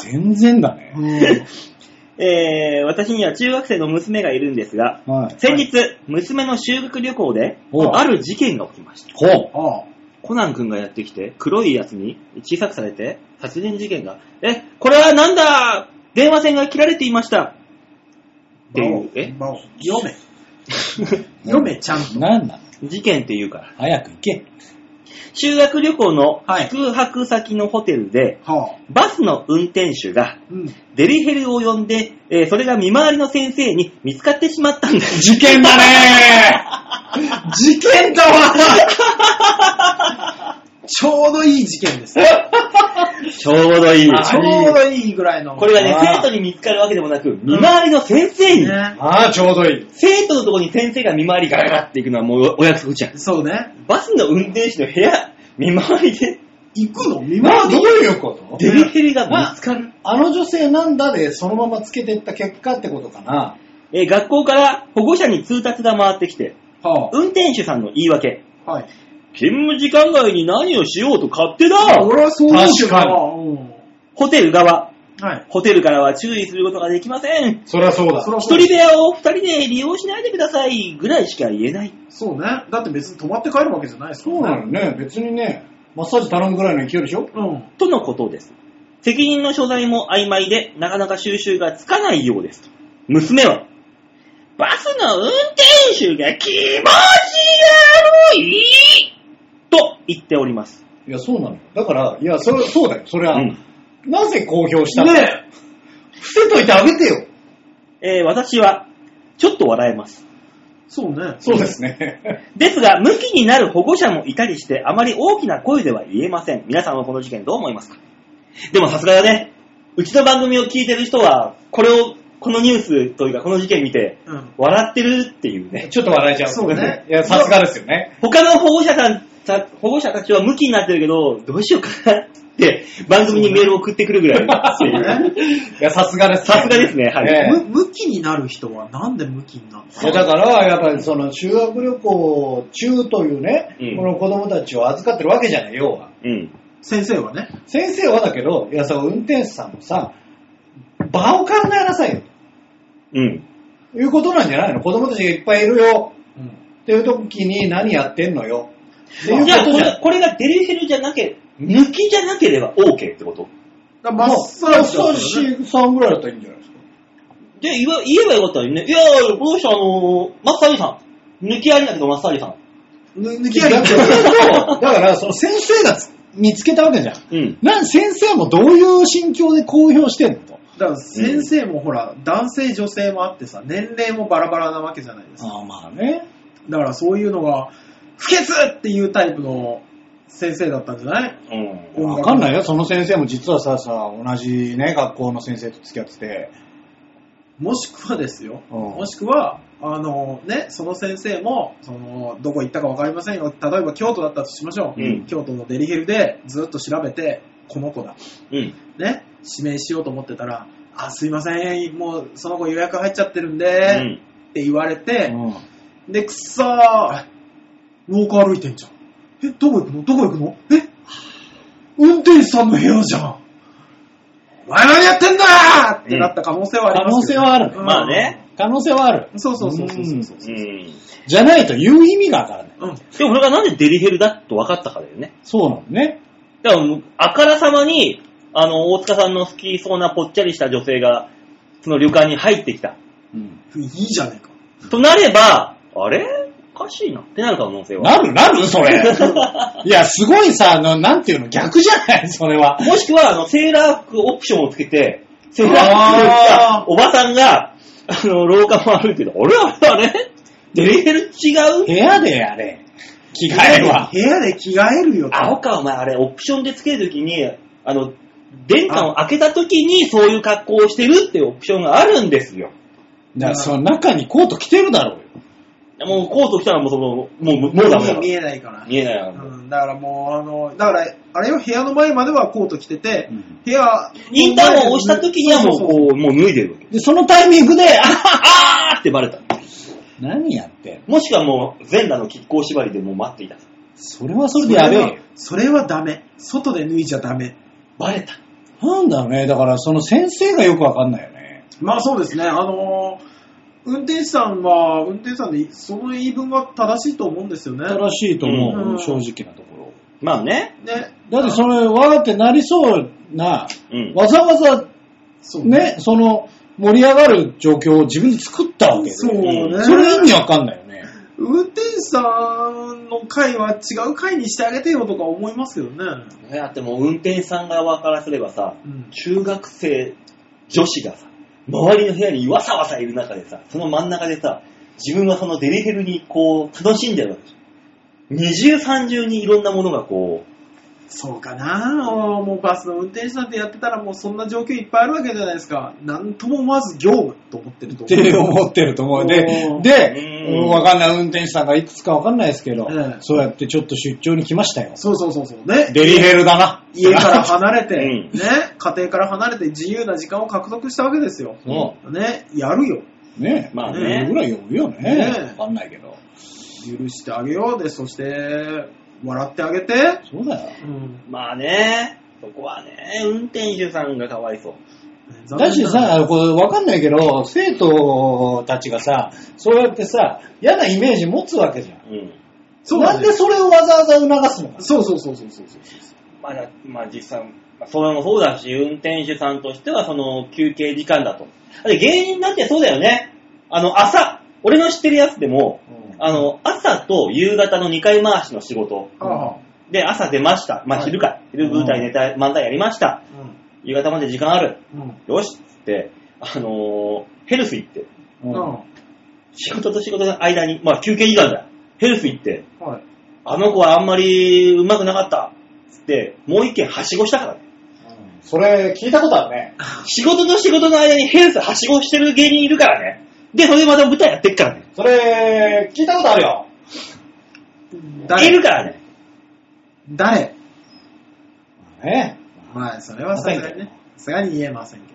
全然だね。
うん
えー、私には中学生の娘がいるんですが、
はい。
先日、娘の修学旅行で、
お
ある事件が起きました。
ほう。
ああ
コナン君がやってきて、黒いやつに小さくされて、殺人事件が、え、これはなんだ電話線が切られていましたっていう、え
魔王読め。読め、ちゃんと。
なんなの
事件っていうから。
早く行け。
修学旅行の
はい
宿泊先のホテルで、
はあ。
バスの運転手が、
うん。
デリヘルを呼んで、えーそれが見回りの先生に見つかってしまったんです。
事件だね
事件だわちょうどいい事件です。ち
ちょうどいい。
ょうどいいぐらいの。
これがね、
あー
生徒に見つかるわけでもなく、見回りの先生に、
ね。
ああ、ちょうどいい。
生徒のところに先生が見回りガラガラっていくのはもうお約束じゃん。
そうね。
バスの運転手の部屋、見回りで、
行くの見
な、
回
どう
り
いうこと
デリヘルが見つかる。
あの女性なんだで、そのままつけてった結果ってことかな。
えー学校から保護者に通達が回ってきて、
は
運転手さんの言い訳。
あ。はい。
勤務時間外に何をしようと勝手だ
俺はそう思うけど
確か
な。うん
ホテル側、
はい。
ホテルからは注意することができません。
そりゃそうだ。
そら
一
そう
人部屋を二人で利用しないでくださいぐらいしか言えない。
そうね。だって別に泊まって帰るわけじゃないですか
そうなのね。別にね、マッサージ頼むぐらいの勢いでしょ
ら。うん。
とのことです。責任の所在も曖昧で、なかなか収集がつかないようです。娘は、バスの運転手が気持ち悪いと言っております。
いや、そうなのよ。だから、いや、それ、そうだよ。それは、
うん
なぜ公表したのね伏せといてあげてよ。
えー私は、ちょっと笑えます。
そうね。
そうですね。
ですが、向きになる保護者もいたりして、あまり大きな声では言えません。皆さんはこの事件どう思いますかでもさすがだね。うちの番組を聞いてる人は、これを、このニュースというか、この事件見て、
うん。
笑ってるっていうね。
ちょっと笑えちゃう。
そうね。
いや、さすがですよね。
他の保護者さんた、保護者たちは向きになってるけど、どうしようかなって、番組にメールを送ってくるぐらいっていう。
いや、さすがです、
さすがですねはい
ええ
む、向きになる人はなんで向きになる
いやだから、やっぱりその修学旅行中というね、
うん
この子供たちを預かってるわけじゃない、要は。
うん。
先生はね。
先生はだけど、いや、さ、運転手さんもさ、場を考えなさいよ、
うん。
ということなんじゃないの子供たちがいっぱいいるよ、
うん
っていう時に何やってんのよ。
じゃあこれ、これがデリヘルじゃなけ、抜きじゃなければ OK ってこと
だから
マ
マ
ッ
ッ
サ
サ
ー
ー
ジ
ジだったらね
さんぐらいだったらいいんじゃないですか。
で、言わ言えばよかったのにね。いやー、この人あのー、マッサージさん。抜きありだけどマッサージさん。
ぬ抜き上げて
だから、その先生がつ見つけたわけじゃん。
うん。
なん先生もどういう心境で公表してんのと。
だから先生もほら、男性女性もあってさ、年齢もバラバラなわけじゃないですか。
ああ、まあね。
だからそういうのが、不潔っていうタイプの先生だったんじゃない
うん。
わかんないよ。その先生も実はさ、さ、同じね、学校の先生と付き合ってて。
もしくはですよ。
うん
もしくは、あのね、その先生も、その、どこ行ったかわかりませんよ。例えば京都だったとしましょう。
うん
京都のデリヘルでずっと調べて、この子だ。
うん。
ね、指名しようと思ってたら、あ、すいません、もうその子予約入っちゃってるん
う
で、
ん。
って言われて、
うん
で、くっそー廊下歩いてんじゃん。え、どこ行くのどこ行くのえ運転手さんの部屋じゃんお前何やってんだーってなった可能性はあり
可
ま
能
す
性
よ、
はあるね。
まあね。
可能性はある。
そうそうそうそうそうそう
う。ん。
じゃないと言う意味がわからない。
うん。
でもそれがなんでデリヘルだと分かったかだよね。
そうなのね。
だからもう、あからさまに、あの、大塚さんの好きそうなぽっちゃりした女性が、その旅館に入ってきた。
いいじゃねえか。
となれば、あれおかしいなってなる可能性は。
なるなるそれ。いや、すごいさ、あの、なんていうの、逆じゃないそれは。
もしくは、あの、セーラー服オプションをつけて、セーラー服を着たおばさんが、あの、廊下も歩いてる。あれあれあれデリヘル違う
部屋でやれ。着替えは。
部屋で着替えるよと。
青か、お前、あれ、オプションでつけるときに、あの、玄関を開けたときに、そういう格好をしてるっていうオプションがあるんですよ。
だからその中にコート着てるだろうよ。
もう、コート着たらもう、その、もう、もう
もう
ダメだ
見見えないから。
見えないよ
うん、だからもう、あの、だから、あれよ、部屋の前まではコート着てて、部屋、
インターホンを押したときにはもう、
そ
こ、
そそう
もう脱いでるわけ。
で、そのタイミングで、あ
あーってバレた。
何やってんの
もしくはもう、全裸の亀甲縛りでもう待っていた。
それはそれでやべえよ。
それはダメ。外で脱いじゃダメ。
バレた。
なんだろうね。だから、その先生がよくわかんないよね。
まあそうですね、あのー運転手さんは、運転手さんでその言い分が正しいと思うんですよね。
正しいと思う、
うん
正直なところ。
まあね。
ね
だって、それ、わーってなりそうな、
うん。
わざわざ、
そう
ね、その、盛り上がる状況を自分で作ったわけで。
そうね。
それ意味わかんないよね。
運転手さんの会は違う会にしてあげてよとか思いますけどね。
だってもう、運転手さん側からすればさ、
うん
中学生女子がさ、周りの部屋にわさわさいる中でさ、その真ん中でさ、自分はそのデリヘルにこう、楽しんでるわけじゃん。二重三重にいろんなものがこう、
そうかなおーもうバスの運転手さんってやってたらもうそんな状況いっぱいあるわけじゃないですか。なんとも思わず業務と思ってると
っ
思 う。
て思ってると思う。で
う、ん
で、
うん
わかんない運転手さんがいくつかわかんないですけど
ええ、
そうやってちょっと出張に来ましたよ。
そうそうそうそう。ね。
デリヘルだな。
家から離れて、
うん
ね、家庭から離れて自由な時間を獲得したわけですよ。
そ
ね、やるよ。
ね
まあ
え。
ね
ぐらい呼ぶよ
ね
ね。わかんないけど。
許してあげようで、そして、笑ってあげて、
そうだよ。
うん、
まあね、そこはね、運転手さんがかわいそう。
残念
だしさ、あのこれわかんないけど、生徒たちがさ、そうやってさ、嫌なイメージ持つわけじゃん。
うん。
そう
な
だ
ん
ね
で。それをわざわざ促すのか。
そうそうそうそうそうそう。
まあ、まあ、実際、まあ、それもそうだし、運転手さんとしては、その、休憩時間だと。で、芸人なんてそうだよね。あの、朝、俺の知ってるやつでも、あの、朝と夕方の2回回しの仕事。
ああ。
で、朝出ました。まあ、昼か。昼舞台ネタ、漫才やりました。夕方まで時間ある。
うん。
よしっつって、あのーヘルス行って、
うん。
うん
は
仕事と仕事の間に、まあ休憩時間だ。ヘルス行って、
い。
あの子はあんまり上手くなかった。つって、もう一件はしごしたからね。
それ聞いたことあるね。
仕事と仕事の間にヘルスはしごしてる芸人いるからね。で、それでまた舞台やってっからね。
それ聞いたことあるよ。
いるからね。
誰
ね。
まあ、それはさすがにね。さすがに言えませんけ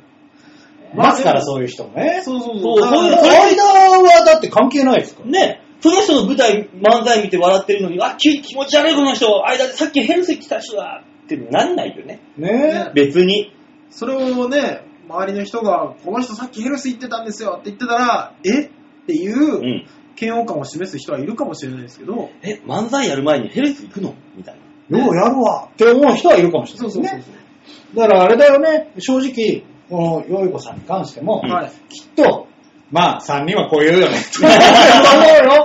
ど。
ますからそういう人もね。
そうそう
そう
だから
そういう
間はだって関係ないですか
ねその人の舞台、漫才見て笑ってるのに、あ、き気持ち悪いこの人、間でさっきヘルス行ってた人だってなんないよね。
ら。ね
ね
別に。。
それをね、周りの人が、この人さっきヘルス行ってたんですよって言ってたら、えっていううん嫌悪感を示す人はいるかもしれないですけど、
え、漫才やる前にヘルス行くのみたいな。
ようやるわ。って思う人はいるかもしれな
そ
いうです
そう
ね。
そう
だからあれだよね、正直、この、よいこさんに関しても、
そう。はい。
きっと、まあ、3人はこう言うよね。と思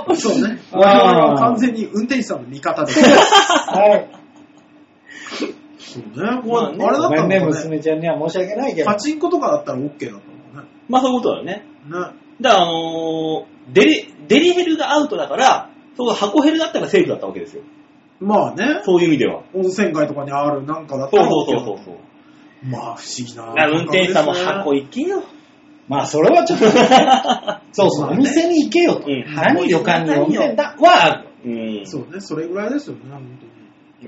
うよ。
そうね。
あー
我々は完全に運転手さんの味方です。
はい。
そうね。こ
まあ
れ、
ね
あれだ
ご
っ
め
た
ん
ん
ね、
だね。
娘ちゃんには申し訳ないけど
パ。チンコとかだったら OK だったもんね。
まあそういうことだよね。
ね。
だから、あのーデリ、デリヘルがアウトだから、そこが箱ヘルだったらセーフだったわけですよ。
まあね。
そういう意味では。
温泉街とかにあるなんかだった
そう
ら OK
そうそうそうそう。
まあ不思議な
だ。から運転手さんも箱行きよ。
まあ、それはちょ っと、そうそう、お店に行けよと。
うん
何旅館にお店だはある。
うん。
そうね、それぐらいですよね、本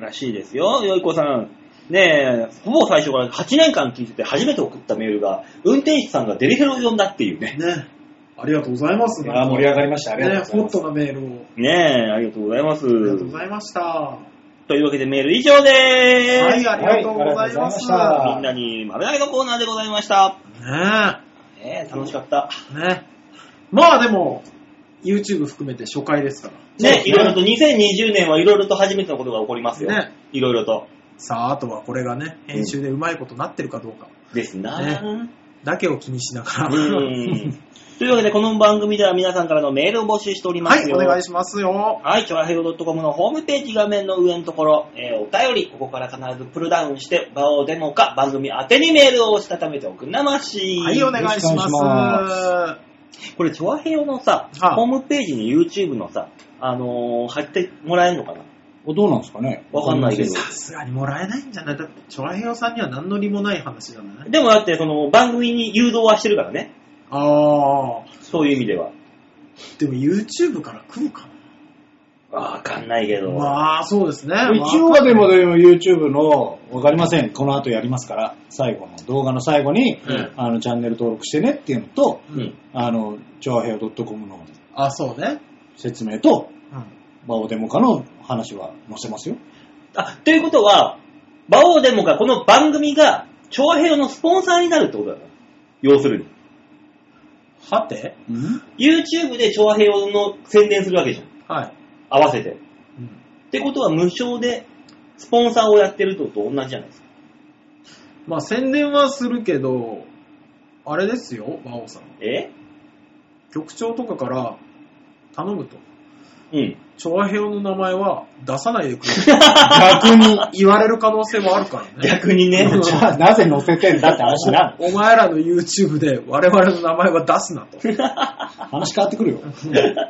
らしいですよ、よいこさん。ねえ、ほぼ最初から8年間聞いてて初めて送ったメールが、運転手さんがデリヘルを呼んだっていう
当
ね。
に。ね。ありがとうございます。
いやー、盛り上がりました。あり
ね、
がとう
ホッ
ござい
トなメールを。
ねえ、ありがとうございます。
ありがとうございました。は
というわけでメール以上で
い、
ー
あ
す。
りがとうございまし。
はいありがとうございました
みんなに丸投げのコーナーでございました。
ね
ねえ、楽しかった。
え。ねまあでも、YouTube 含めて初回ですか
ね、いろいろと、2020年はいろいろと初めてのことが起こりますよ。
ら。ね。
いろいろと。
さあ、あとはこれがね、編集でうまいことなってるかどうか、
ですな、
ねだけを気にしながら。
うん。というわけで、この番組では皆さんからのメールを募集しておりま
は
す
い、
よ。
お願いしますよ。
はい、ちょらへい .com のホームページ画面の上のところ、えーお便り、ここから必ずプルダウンして、場をデモか番組宛てにメールを押し固めておくんなまし。
はい、お願いし
よろ
ま
し
す。
くお願い
これ、ちょらへいのさ、
はい
ホームページに YouTube のさ、あのー貼ってもらえるのかな
ます。どうなんですかね
わかんないけど。
さすがにもらえないんじゃないだって、チョアヘヨさんには何の利もない話じゃない
でもだって、その、番組に誘導はしてるからね。
ああ、
そういう意味では。
でも YouTube から来るか
わかんないけ
な
ど。
まあ、そうですね。
一応はでも、でも YouTube の、わかりません。この後やりますから、最後の、動画の最後に、
うん
あの、チャンネル登録してねっていうのと、
うん。
あの、超平洋 .com の
あ、そうね。
説明と、
うん。
バオデモカの話は載せますよ。
あ、ということは、馬王でもがこの番組が、長平のスポンサーになるってことだな。要するに。
はて
YouTube で長平の宣伝するわけじゃん。
はい。
合わせて。
うん
ってことは無償で、スポンサーをやってるのと同じじゃないですか。
まあ、宣伝はするけど、あれですよ、馬王さん。
え
局長とかから頼むと。
うん。
チョアヘヨの名前は出さないで くれ。
逆に、
言われる可能性もあるからね。
逆にね。
じゃあなぜ載せてんだって話になる。
お前らの YouTube で我々の名前は出すなと。
話変わってくるよ。
まあ
何なの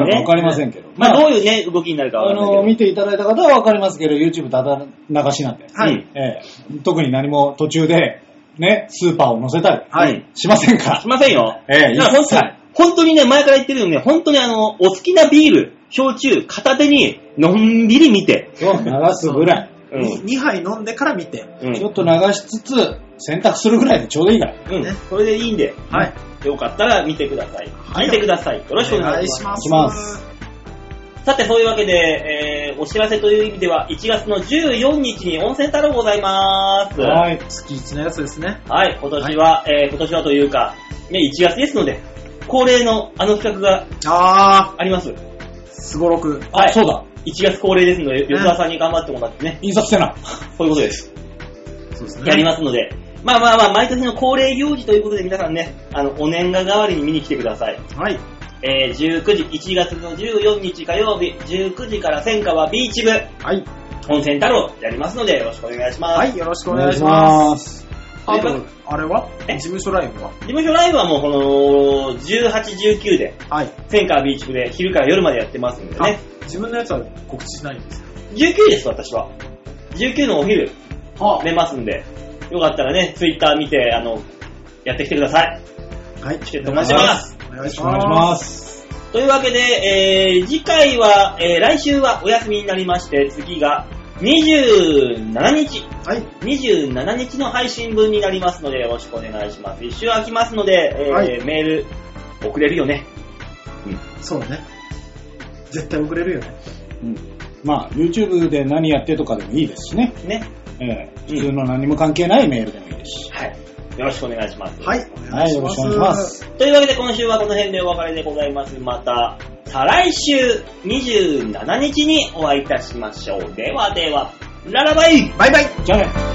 か
ね
わ。かりませんけど。
まあ
ま
どういうね、動きになるか
あ
は
あ
わかんない
の、
け
見ていただいた方はわかりますけど、YouTube ただ流しなんで。
ど。はい。
ええ、特に何も途中で、ね、スーパーを載せたり
はい。
しませんから
し。ませんよ。
ええ
だから
一切
本当にね、前から言ってるようにね、本当にあの、お好きなビール、焼酎、片手に、のんびり見て。
を流すぐらい。
うん。
2杯飲んでから見て。
うん
ちょっと流しつつ、洗濯するぐらいでちょうどいいから。
うん、それでいいんで、
はい。
よかったら見てください。聞いてください。よろしくお願いします。
ま
お願いします
さて、そういうわけで、えー、お知らせという意味では、1月の14日に温泉太郎ございます。はい。
はい。
月一のやつですね。
今年は、えー、今年はというか、ね、1月ですので、恒例のあの企画が
あ
あります。
ー、すごろく。
は
そうだ。
1月恒例ですので、吉田さんに頑張ってもらってね、
印刷してな。
そういうことです。
そうですね。
やりますので、まあまあまあ、毎年の恒例行事ということで皆さんね、あの、お年賀代わりに見に来てください。
はい。
えー、19時、1月の14日火曜日、19時から千川ビーチ部、
はい。
温泉太郎やりますので、よろしくお願いします。
はい、よろしくお願いします。
す。
あと、あれは
え
事務所ライブは
事務所ライブはもうこの、18、19で、
はい。
千川ビーチ部で昼から夜までやってますんでね。
あ自分のやつは告知しないんですか
19です、私は。19のお昼、
は
出ますんで、よかったらね、ツイッター見て、あの、やってきてください。
はい。
チケットお待ちしてます。
お願いし
お願
ま
い
す
し。ます。
というわけで、えー、次回は、えー、来週はお休みになりまして、次が27日、
はい。
27日の配信分になりますので、よろしくお願いします。一週空きますので、えー
はい
メール送れるよね。
そうね。絶対遅れるよね。
まあ、YouTube で何やってとかでもいいですしね。
ね。
ええ普通の何も関係ないメールでもいいですし。
はい。よろしくお願いします。
はい。
はい、よろしくお願いします。
というわけで、今週はこの辺でお別れでございます。また、再来週27日にお会いいたしましょう。ではでは、ララバイ
バイバイ
じゃあね。